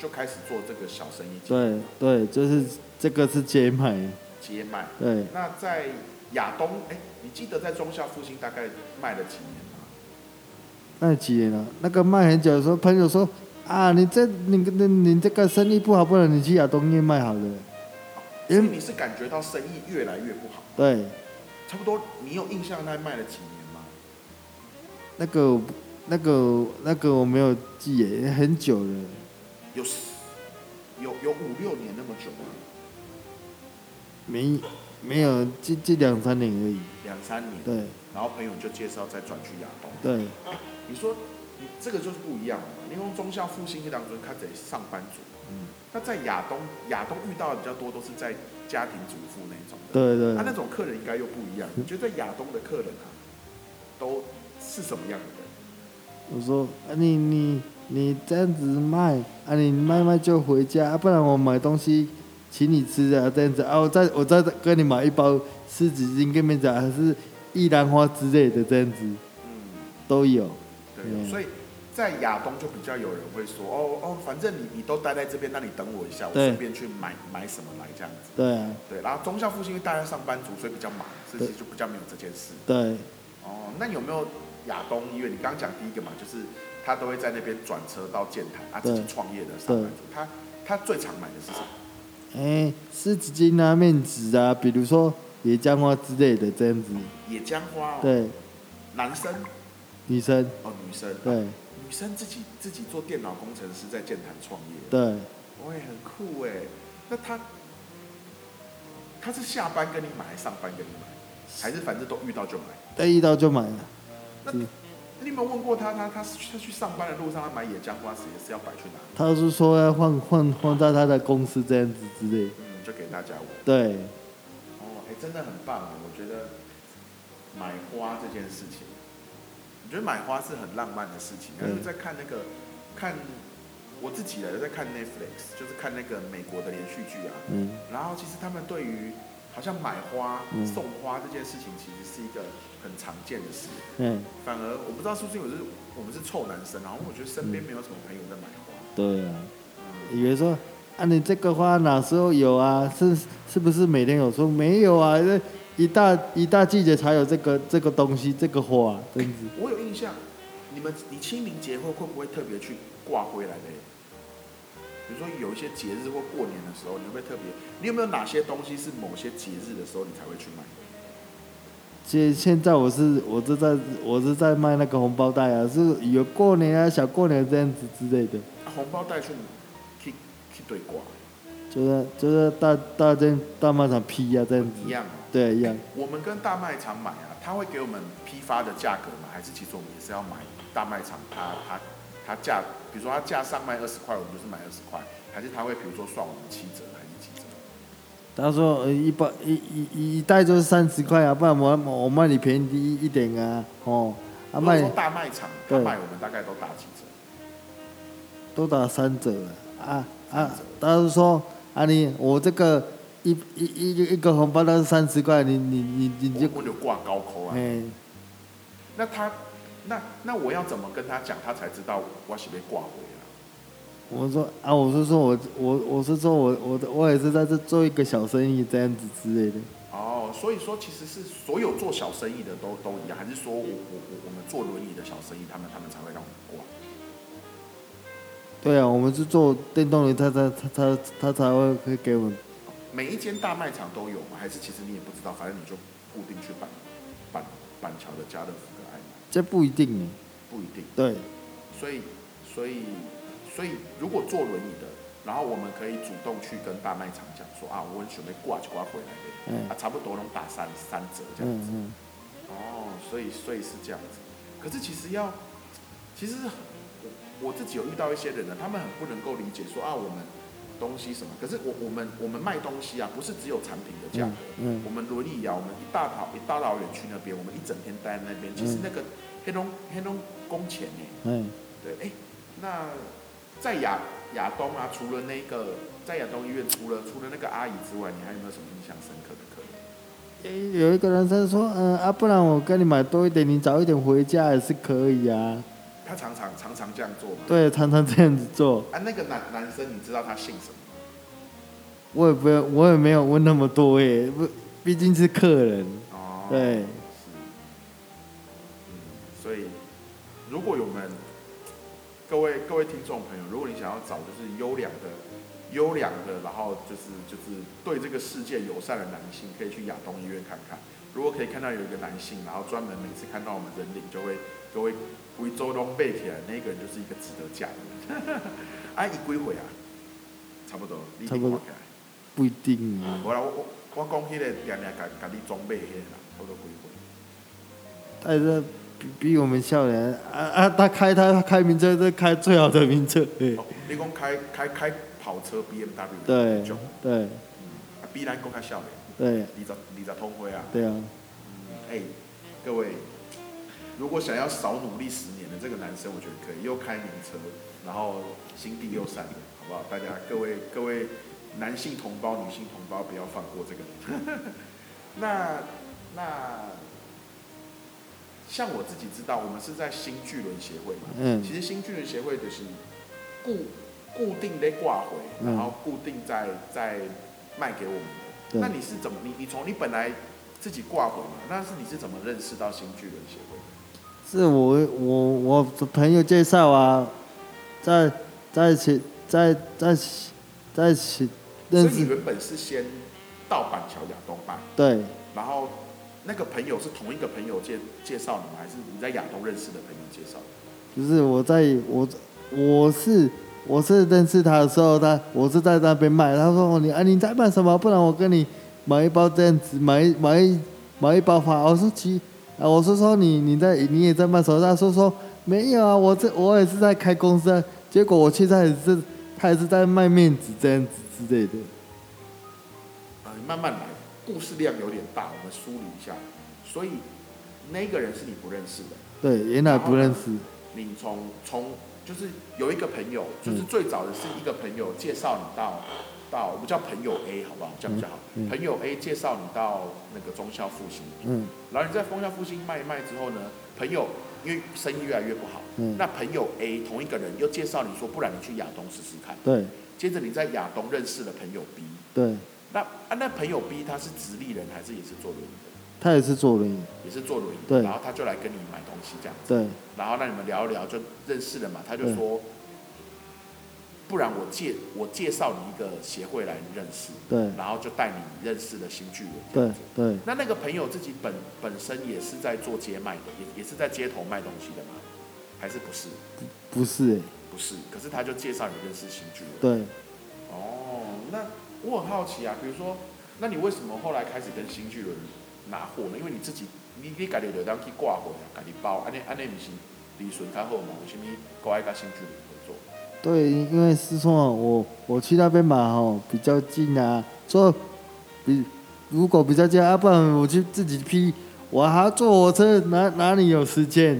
Speaker 1: 就开始做这个小生意
Speaker 2: 对对，就是这个是街卖，
Speaker 1: 街卖。
Speaker 2: 对，
Speaker 1: 那在亚东，哎，你记得在中校复兴大概卖了几年吗？
Speaker 2: 那几年了、那个卖很久的时候，朋友说啊，你这你你你这个生意不好，不然你去亚东夜卖好了。
Speaker 1: 所以
Speaker 2: 因
Speaker 1: 你是感觉到生意越来越不好，
Speaker 2: 对，
Speaker 1: 差不多你有印象大概卖了几年吗？
Speaker 2: 那个我那个那个我没有记耶，很久了，
Speaker 1: 有十有有五六年那么久吗？
Speaker 2: 没没有这这两三年而已。
Speaker 1: 两三年。
Speaker 2: 对
Speaker 1: 然后朋友就介绍再转去亚东。
Speaker 2: 对
Speaker 1: 你说你这个就是不一样了嘛？你用中校复兴一当中，看谁上班族。嗯。那在亚东，亚东遇到的比较多都是在家庭主妇那种的。
Speaker 2: 对
Speaker 1: 他、那
Speaker 2: 对，
Speaker 1: 种客人应该又不一
Speaker 2: 嗯
Speaker 1: 样。你觉得在亚东的客人啊，都是什么样的人？
Speaker 2: 我说啊你你你这样子卖啊，你卖卖就回家，啊、不然我买东西请你吃啊，这样子啊，我再我再跟你买一包湿纸巾跟面纸啊还是一兰花之类的这样子
Speaker 1: 嗯，
Speaker 2: 都有。
Speaker 1: 对。
Speaker 2: 嗯
Speaker 1: 所以在亚东就比较有人会说，哦哦，反正你你都待在这边，那你等我一下，我
Speaker 2: 对
Speaker 1: 顺便去买买什么来这样子。
Speaker 2: 对啊，
Speaker 1: 对，然后中校复兴因为大家上班族，所以比较忙，所以其实就比较没有这件事。
Speaker 2: 对
Speaker 1: 哦，那有没有亚东医院？你刚刚讲第一个嘛，就是他都会在那边转车到建台啊，自
Speaker 2: 对
Speaker 1: 己创业的上班族，他他最常买的是什么？
Speaker 2: 哎，湿纸巾啊、面纸啊，比如说野姜花之类的这样子。
Speaker 1: 野姜花哦，
Speaker 2: 对，
Speaker 1: 男生
Speaker 2: 女生，
Speaker 1: 哦，女生，
Speaker 2: 对
Speaker 1: 女生自己自己做电脑工程师在建台创业，
Speaker 2: 对，
Speaker 1: 我也很酷哎。那他他是下班跟你买，还是上班跟你买，还是反正都遇到就买？
Speaker 2: 再一刀就买了。
Speaker 1: 那
Speaker 2: 嗯
Speaker 1: 你有没有问过他，他他他去上班的路上，他买野姜花是是要摆去哪里？
Speaker 2: 他是说要换换换到他的公司这样子之类的。
Speaker 1: 嗯，就给大家闻。
Speaker 2: 对，
Speaker 1: 哦，哎、真的很棒啊！我觉得买花这件事情，我觉得买花是很浪漫的事情。
Speaker 2: 对
Speaker 1: 因为在看那个看我自己啊的在看 Netflix，就是看那个美国的连续剧啊。
Speaker 2: 嗯，
Speaker 1: 然后其实他们对于好像买花、
Speaker 2: 嗯
Speaker 1: 送花这件事情，其实是一个很常见的事。
Speaker 2: 嗯，
Speaker 1: 反而我不知道是不是我是我们是臭男生，然后我觉得身
Speaker 2: 嗯
Speaker 1: 边没有什么朋友在买花。
Speaker 2: 对啊，
Speaker 1: 嗯，
Speaker 2: 以为说啊，你这个花哪时候有啊？是是不是每天有？说没有啊，这一大一大季节才有这个这个东西，这个花这样子。
Speaker 1: 我有印象，你们你清明节会会不会特别去挂回来的？比如说有一些节日或过年的时候，你会不会特别？你有没有哪些东西是某些节日的时候你才会去买？
Speaker 2: 现现在我是我是在我是在卖那个红包袋啊，是有过年啊、小过年这样子之类的，
Speaker 1: 啊红包带去去去对挂
Speaker 2: 就是就是大大间大卖场批啊这样
Speaker 1: 一
Speaker 2: 子。
Speaker 1: 样啊。
Speaker 2: 对，一样。
Speaker 1: 我们跟大卖场买啊，他会给我们批发的价格吗？还是其实我们也是要买大卖场他他他价，比如说他价上卖二十块，我们就是买二十块，还是他会比如说算我们七折还是几折？
Speaker 2: 他说呃一包一一一一袋就是三十块啊，不然我我卖你便宜一一点啊，哦，啊
Speaker 1: 如果说
Speaker 2: 卖
Speaker 1: 大卖场他
Speaker 2: 对
Speaker 1: 卖我们大概都打几折？
Speaker 2: 都打三折了啊啊！他就说啊你我这个一一一一个红包都是三十块，你你你你就
Speaker 1: 我我就挂高扣啊。
Speaker 2: 哎
Speaker 1: 那他，那那我要怎么跟他讲，他才知道我是被挂回来？
Speaker 2: 我说啊我是说我我我是说我我我也是在这做一个小生意这样子之类的，
Speaker 1: 哦，所以说其实是所有做小生意的都都一样，还是说我我我我们做轮椅的小生意，他们他们才会让我们挂？
Speaker 2: 对啊，我们是做电动的，他他他他他才会会给我们
Speaker 1: 每一间大卖场都有吗？还是其实你也不知道，反正你就固定去板板板桥的家乐福跟爱买，
Speaker 2: 这不一定啊耶
Speaker 1: 不一定。
Speaker 2: 对
Speaker 1: 所以所以所以如果坐轮椅的，然后我们可以主动去跟大卖场讲说啊，我很准备挂就挂回来的，
Speaker 2: 嗯
Speaker 1: 啊，差不多能打三三折这样子。
Speaker 2: 嗯嗯
Speaker 1: 哦，所以所以是这样子。可是其实要，其实我我自己有遇到一些人呢，他们很不能够理解说啊，我们东西什么？可是我我们我们卖东西啊，不是只有产品的价格。
Speaker 2: 嗯
Speaker 1: 我们轮椅啊，我们一大老一大老远去那边，我们一整天待在那边，其实
Speaker 2: 嗯
Speaker 1: 那个黑龙黑龙工钱呢，
Speaker 2: 嗯哎。
Speaker 1: 对，哎、那在亚亚东啊，除了那个在亚东医院，除了除了那个阿姨之外，你还有没有什么印象深刻的客人？
Speaker 2: 诶有一个男生说，嗯啊，不然我跟你买多一点，你早一点回家也是可以啊。
Speaker 1: 他常常常常这样做嘛。
Speaker 2: 对，常常这样子做。
Speaker 1: 啊，那个男男生，你知道他姓什么？
Speaker 2: 我也不，我也没有问那么多耶，不，毕竟是客人。
Speaker 1: 哦，
Speaker 2: 对，
Speaker 1: 是，嗯，所以如果有我们各位各位听众朋友，如果你想要找就是优良的、优良的，然后就是就是对这个世界友善的男性，可以去亚东医院看看。如果可以看到有一个男性，然后专门每次看到我们人领就会就会归周东背起来，那个人就是一个值得嫁的人。 啊，一归回啊，差不多，你
Speaker 2: 差不多
Speaker 1: 看起来
Speaker 2: 不一定啊，
Speaker 1: 无啦，我我我讲迄个定定甲甲你装备迄个啦，差不多几岁。
Speaker 2: 但是比比我们笑脸啊啊，他开他开名车，这开最好的名车。对
Speaker 1: 哦，你讲开开开跑车 B M W
Speaker 2: 对
Speaker 1: 种，
Speaker 2: 对
Speaker 1: 啊，比咱讲较少年，
Speaker 2: 对
Speaker 1: 二十二十通灰啊。
Speaker 2: 对啊，
Speaker 1: 哎、各位，如果想要少努力十年的这个男生，我觉得可以，又开名车，然后心地又善良，好不好？大家各位各位男性同胞、女性同胞，不要放过这个 人。那那像我自己知道，我们是在新巨轮协会嘛，
Speaker 2: 嗯
Speaker 1: 其实新巨轮协会就是固固定的挂回，
Speaker 2: 嗯
Speaker 1: 然后固定在在卖给我们的。
Speaker 2: 对
Speaker 1: 那你是怎么？你你从你本来自己挂回嘛，那是你是怎么认识到新巨人协会的？
Speaker 2: 是我我我朋友介绍啊，在在起在在起在起认
Speaker 1: 所以你
Speaker 2: 识
Speaker 1: 原本是先到板桥亚东办，
Speaker 2: 对
Speaker 1: 然后那个朋友是同一个朋友介介绍你吗？还是你在亚东认识的朋友介绍的？
Speaker 2: 就是我在我我是我是认识他的时候，他我是在那边卖，他说哦你啊你在卖什么？不然我跟你买一包这样子，买一买一买一包花。我说其啊，我说说你你在你也在卖什么？他说说没有啊，我这我也是在开公司、啊，结果我去他也是他也是在卖面子这样子之类的。
Speaker 1: 啊，你慢慢来，故事量有点大，我们梳理一下。所以那个人是你不认识的，
Speaker 2: 对，原来不认识，
Speaker 1: 你从从就是有一个朋友，就是最早的是一个朋友介绍你到到，我们叫朋友 A 好不好？这样比较好。
Speaker 2: 嗯嗯
Speaker 1: 朋友 A 介绍你到那个中校复兴，
Speaker 2: 嗯
Speaker 1: 然后你在中校复兴卖一卖之后呢，朋友因为生意越来越不好，
Speaker 2: 嗯
Speaker 1: 那朋友 A 同一个人又介绍你说，不然你去亚东试试看。
Speaker 2: 对
Speaker 1: 接着你在亚东认识了朋友 B，
Speaker 2: 对，
Speaker 1: 那啊那朋友 B 他是直立人还是也是坐轮椅的？
Speaker 2: 他也是坐轮椅，
Speaker 1: 也是坐轮椅的，
Speaker 2: 对
Speaker 1: 然后他就来跟你买东西这样子。
Speaker 2: 对
Speaker 1: 然后让你们聊一聊，就认识了嘛。他就
Speaker 2: 对
Speaker 1: 说，不然我介我介绍你一个协会来认识，
Speaker 2: 对
Speaker 1: 然后就带你认识了新巨人。
Speaker 2: 对对，
Speaker 1: 那那个朋友自己本本身也是在做街卖的，也也是在街头卖东西的吗？还是不是？
Speaker 2: 不是、欸，
Speaker 1: 不是。可是他就介绍你认识新巨人。
Speaker 2: 对，
Speaker 1: 哦，那我很好奇啊，比如说，那你为什么后来开始跟新巨轮拿货呢？因为你自己，你你家己就当去挂货啊，家己包，安尼安尼不是利润较好嘛？为什么国爱跟新巨轮合作？
Speaker 2: 对，因为是说哦我我去那边买哦比较近啊，坐比如果比较近啊，不然我去自己批，我还要坐火车，哪哪里有时间？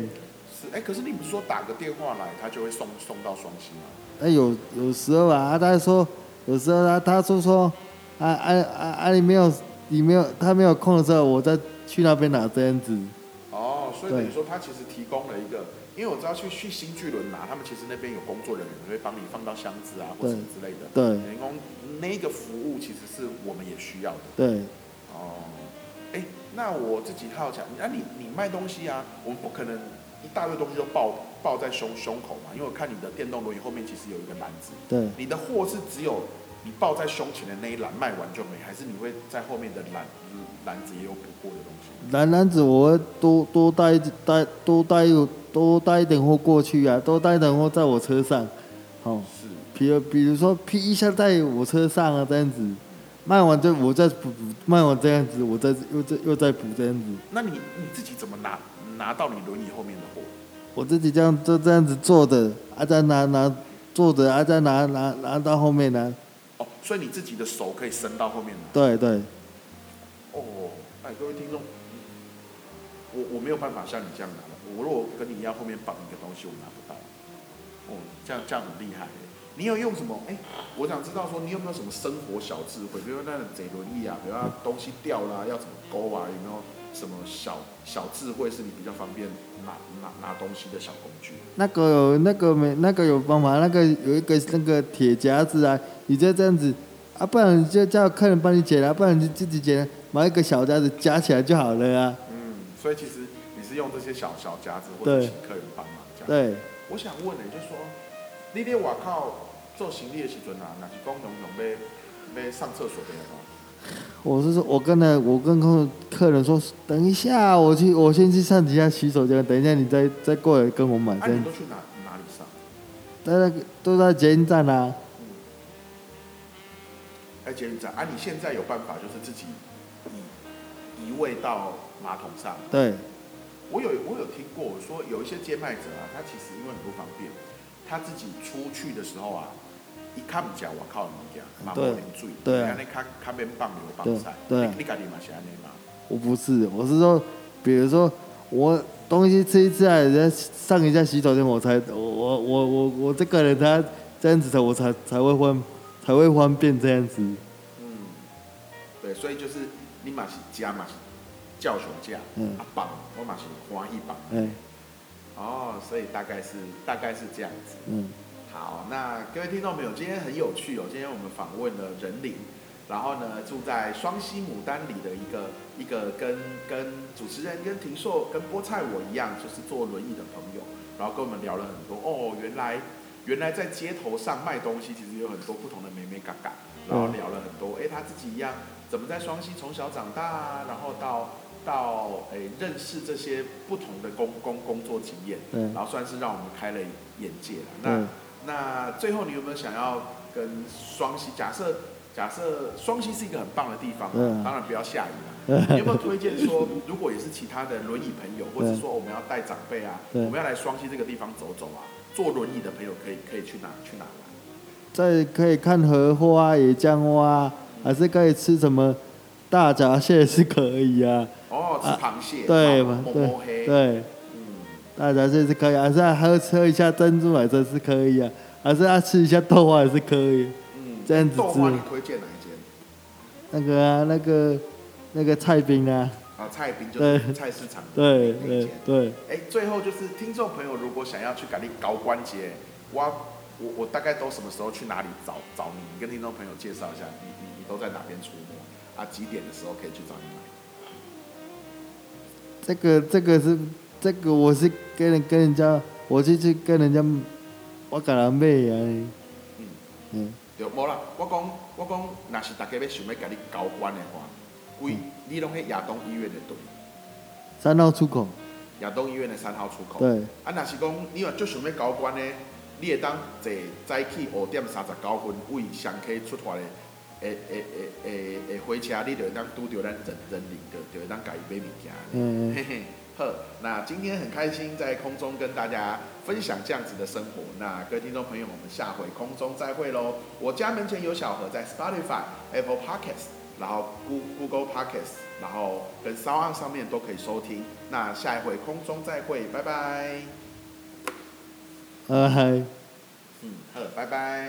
Speaker 1: 是，哎、可是你不是说打个电话来，他就会送送到双溪吗？
Speaker 2: 那哎有有时候啊，他说有时候他他说说啊啊啊啊你没有你没有他没有空的时候，我再去那边拿这样子，
Speaker 1: 哦，所以
Speaker 2: 对
Speaker 1: 等于说他其实提供了一个，因为我知道去去新巨轮拿，他们其实那边有工作人员会帮你放到箱子啊或
Speaker 2: 对
Speaker 1: 什么之类的。
Speaker 2: 对
Speaker 1: 员工那个服务其实是我们也需要的。
Speaker 2: 对
Speaker 1: 哦，哎，那我自己好奇啊，那、你你卖东西啊，我们不可能一大堆东西都抱抱在胸胸口嘛，因为我看你的电动轮椅后面其实有一个篮子，
Speaker 2: 对。
Speaker 1: 你的货是只有你抱在胸前的那一篮卖完就没，还是你会在后面的篮篮子也有补货的东西？
Speaker 2: 男篮子我会多多带一带多带一多带一点货过去啊，多带一点货在我车上，好、
Speaker 1: 是，
Speaker 2: 比如比如说批一下在我车上啊这样子，卖完就我再补，卖完这样子我再又再又再补这样子，
Speaker 1: 那你你自己怎么拿拿到你轮椅后面的货？
Speaker 2: 我自己这样就这样子坐着，啊再拿拿坐着啊再拿拿拿到后面拿，
Speaker 1: 哦，所以你自己的手可以伸到后面拿。
Speaker 2: 对对
Speaker 1: 哦，哎，各位听众，我我没有办法像你这样拿了。我如果跟你一样后面绑一个东西，我拿不到。哦，这样这样很厉害耶。欸你有用什么？哎、我想知道说你有没有什么生活小智慧，比如说那种贼轮椅啊，比如说它东西掉啦、要怎么勾啊，有没有什么小小智慧是你比较方便拿拿拿东西的小工具？
Speaker 2: 那个有那个没那个有办法，那个有一个那个铁夹子啊，你就这样子啊，不然你就叫客人帮你剪啊，不然你自己剪，买一个小夹子夹起来就好了啊。
Speaker 1: 嗯，所以其实你是用这些小小夹子或者
Speaker 2: 对
Speaker 1: 请客人帮忙这样。
Speaker 2: 对，
Speaker 1: 我想问的、就是说，你咧外口做行李的时阵啊，若是讲用用要要上厕所的话，
Speaker 2: 我是说，我跟那我跟客客人说，等一下，我去我先去上几下洗手间，等一下你再再过来跟我买
Speaker 1: 啊，
Speaker 2: 这
Speaker 1: 你
Speaker 2: 样
Speaker 1: 都。去哪哪里上？
Speaker 2: 在那个都在捷运站啊，
Speaker 1: 哎，捷运站啊，你现在有办法就是自己移移位到马桶上？
Speaker 2: 对
Speaker 1: 我有我有听过，我说有一些街卖者啊，他其实因为很不方便，他自己出去的时候啊，一看不讲，我靠你呀，马上
Speaker 2: 对
Speaker 1: 零醉，
Speaker 2: 对啊
Speaker 1: 那看看边棒流棒
Speaker 2: 对
Speaker 1: 塞，
Speaker 2: 对
Speaker 1: 你你家己嘛是安尼嘛？
Speaker 2: 我不是，我是说，比如说我东西吃一吃啊，人家上一下洗手间，我才我我我我我这个人他这样子才我才才会方才会方便这样子，
Speaker 1: 嗯，对，所以就是你嘛是家嘛是叫熊架，
Speaker 2: 嗯
Speaker 1: 啊棒，我嘛是欢喜棒，
Speaker 2: 哎、
Speaker 1: 哦，所以大概是大概是这样子。
Speaker 2: 嗯，
Speaker 1: 好，那各位听众朋友，今天很有趣哦。今天我们访问了人林，然后呢住在双溪牡丹里的一个一个跟跟主持人跟庭硕跟菠菜我一样，就是坐轮椅的朋友，然后跟我们聊了很多哦，原来原来在街头上卖东西，其实有很多不同的美美嘎嘎，然后聊了很多，哎、他自己一样怎么在双溪从小长大啊，然后到到哎认识这些不同的工工工作经验，
Speaker 2: 对
Speaker 1: 然后算是让我们开了眼界了。那、
Speaker 2: 对，
Speaker 1: 那最后你有没有想要跟双溪？假设假设双溪是一个很棒的地方，啊
Speaker 2: 嗯
Speaker 1: 当然不要下雨了。你有没有推荐说，如果也是其他的轮椅朋友，或者说我们要带长辈啊，
Speaker 2: 对
Speaker 1: 我们要来双溪这个地方走走啊，坐轮椅的朋友可以可以去哪去哪玩？
Speaker 2: 再可以看荷花、野姜花，还是可以吃什么大闸蟹是可以啊，
Speaker 1: 哦，吃螃蟹，
Speaker 2: 对嘛
Speaker 1: 摸摸
Speaker 2: 对
Speaker 1: 黑，
Speaker 2: 对。
Speaker 1: 嗯，
Speaker 2: 大闸蟹是可以，还是还要喝一下珍珠奶茶是可以啊，还是要吃一下豆花也是可以。
Speaker 1: 嗯
Speaker 2: 这样子
Speaker 1: 豆花
Speaker 2: 吃
Speaker 1: 你推荐哪一间？
Speaker 2: 那个啊，那个那个菜饼啊，
Speaker 1: 啊，菜饼就是
Speaker 2: 对
Speaker 1: 菜市场的
Speaker 2: 对
Speaker 1: 那一
Speaker 2: 对
Speaker 1: 间。
Speaker 2: 对，
Speaker 1: 哎、最后就是听众朋友，如果想要去改你高关节，我我我大概都什么时候去哪里找找你？你跟听众朋友介绍一下，你你你都在哪边出没啊？几点的时候可以去找你买？
Speaker 2: 这个这个是这个我是跟人跟人家，我是去跟人家，我跟人买啊，
Speaker 1: 嗯，
Speaker 2: 嗯，
Speaker 1: 对，无啦，我讲我讲，若是大家要想要改你高关的话，规你拢去亚东医院的对，
Speaker 2: 三号出口，
Speaker 1: 亚东医院的三号出口。
Speaker 2: 对
Speaker 1: 啊，若是讲你若足想要高关的，你会当坐早起五点三十九分为上溪出发的，诶诶诶诶诶火车，你就会当拄着咱人人领的，就会当家己买物件。
Speaker 2: 嗯，
Speaker 1: 嘿嘿，好，那今天很开心在空中跟大家分享这样子的生活。那各位听众朋友，我们下回空中再会喽。我家门前有小河，在 Spotify、Apple Podcasts，然后 Goo- Google Podcasts，然后跟 Sound On 上面都可以收听。那下一回空中再会，拜拜。
Speaker 2: 呃，还。
Speaker 1: 嗯嗯，好，拜拜。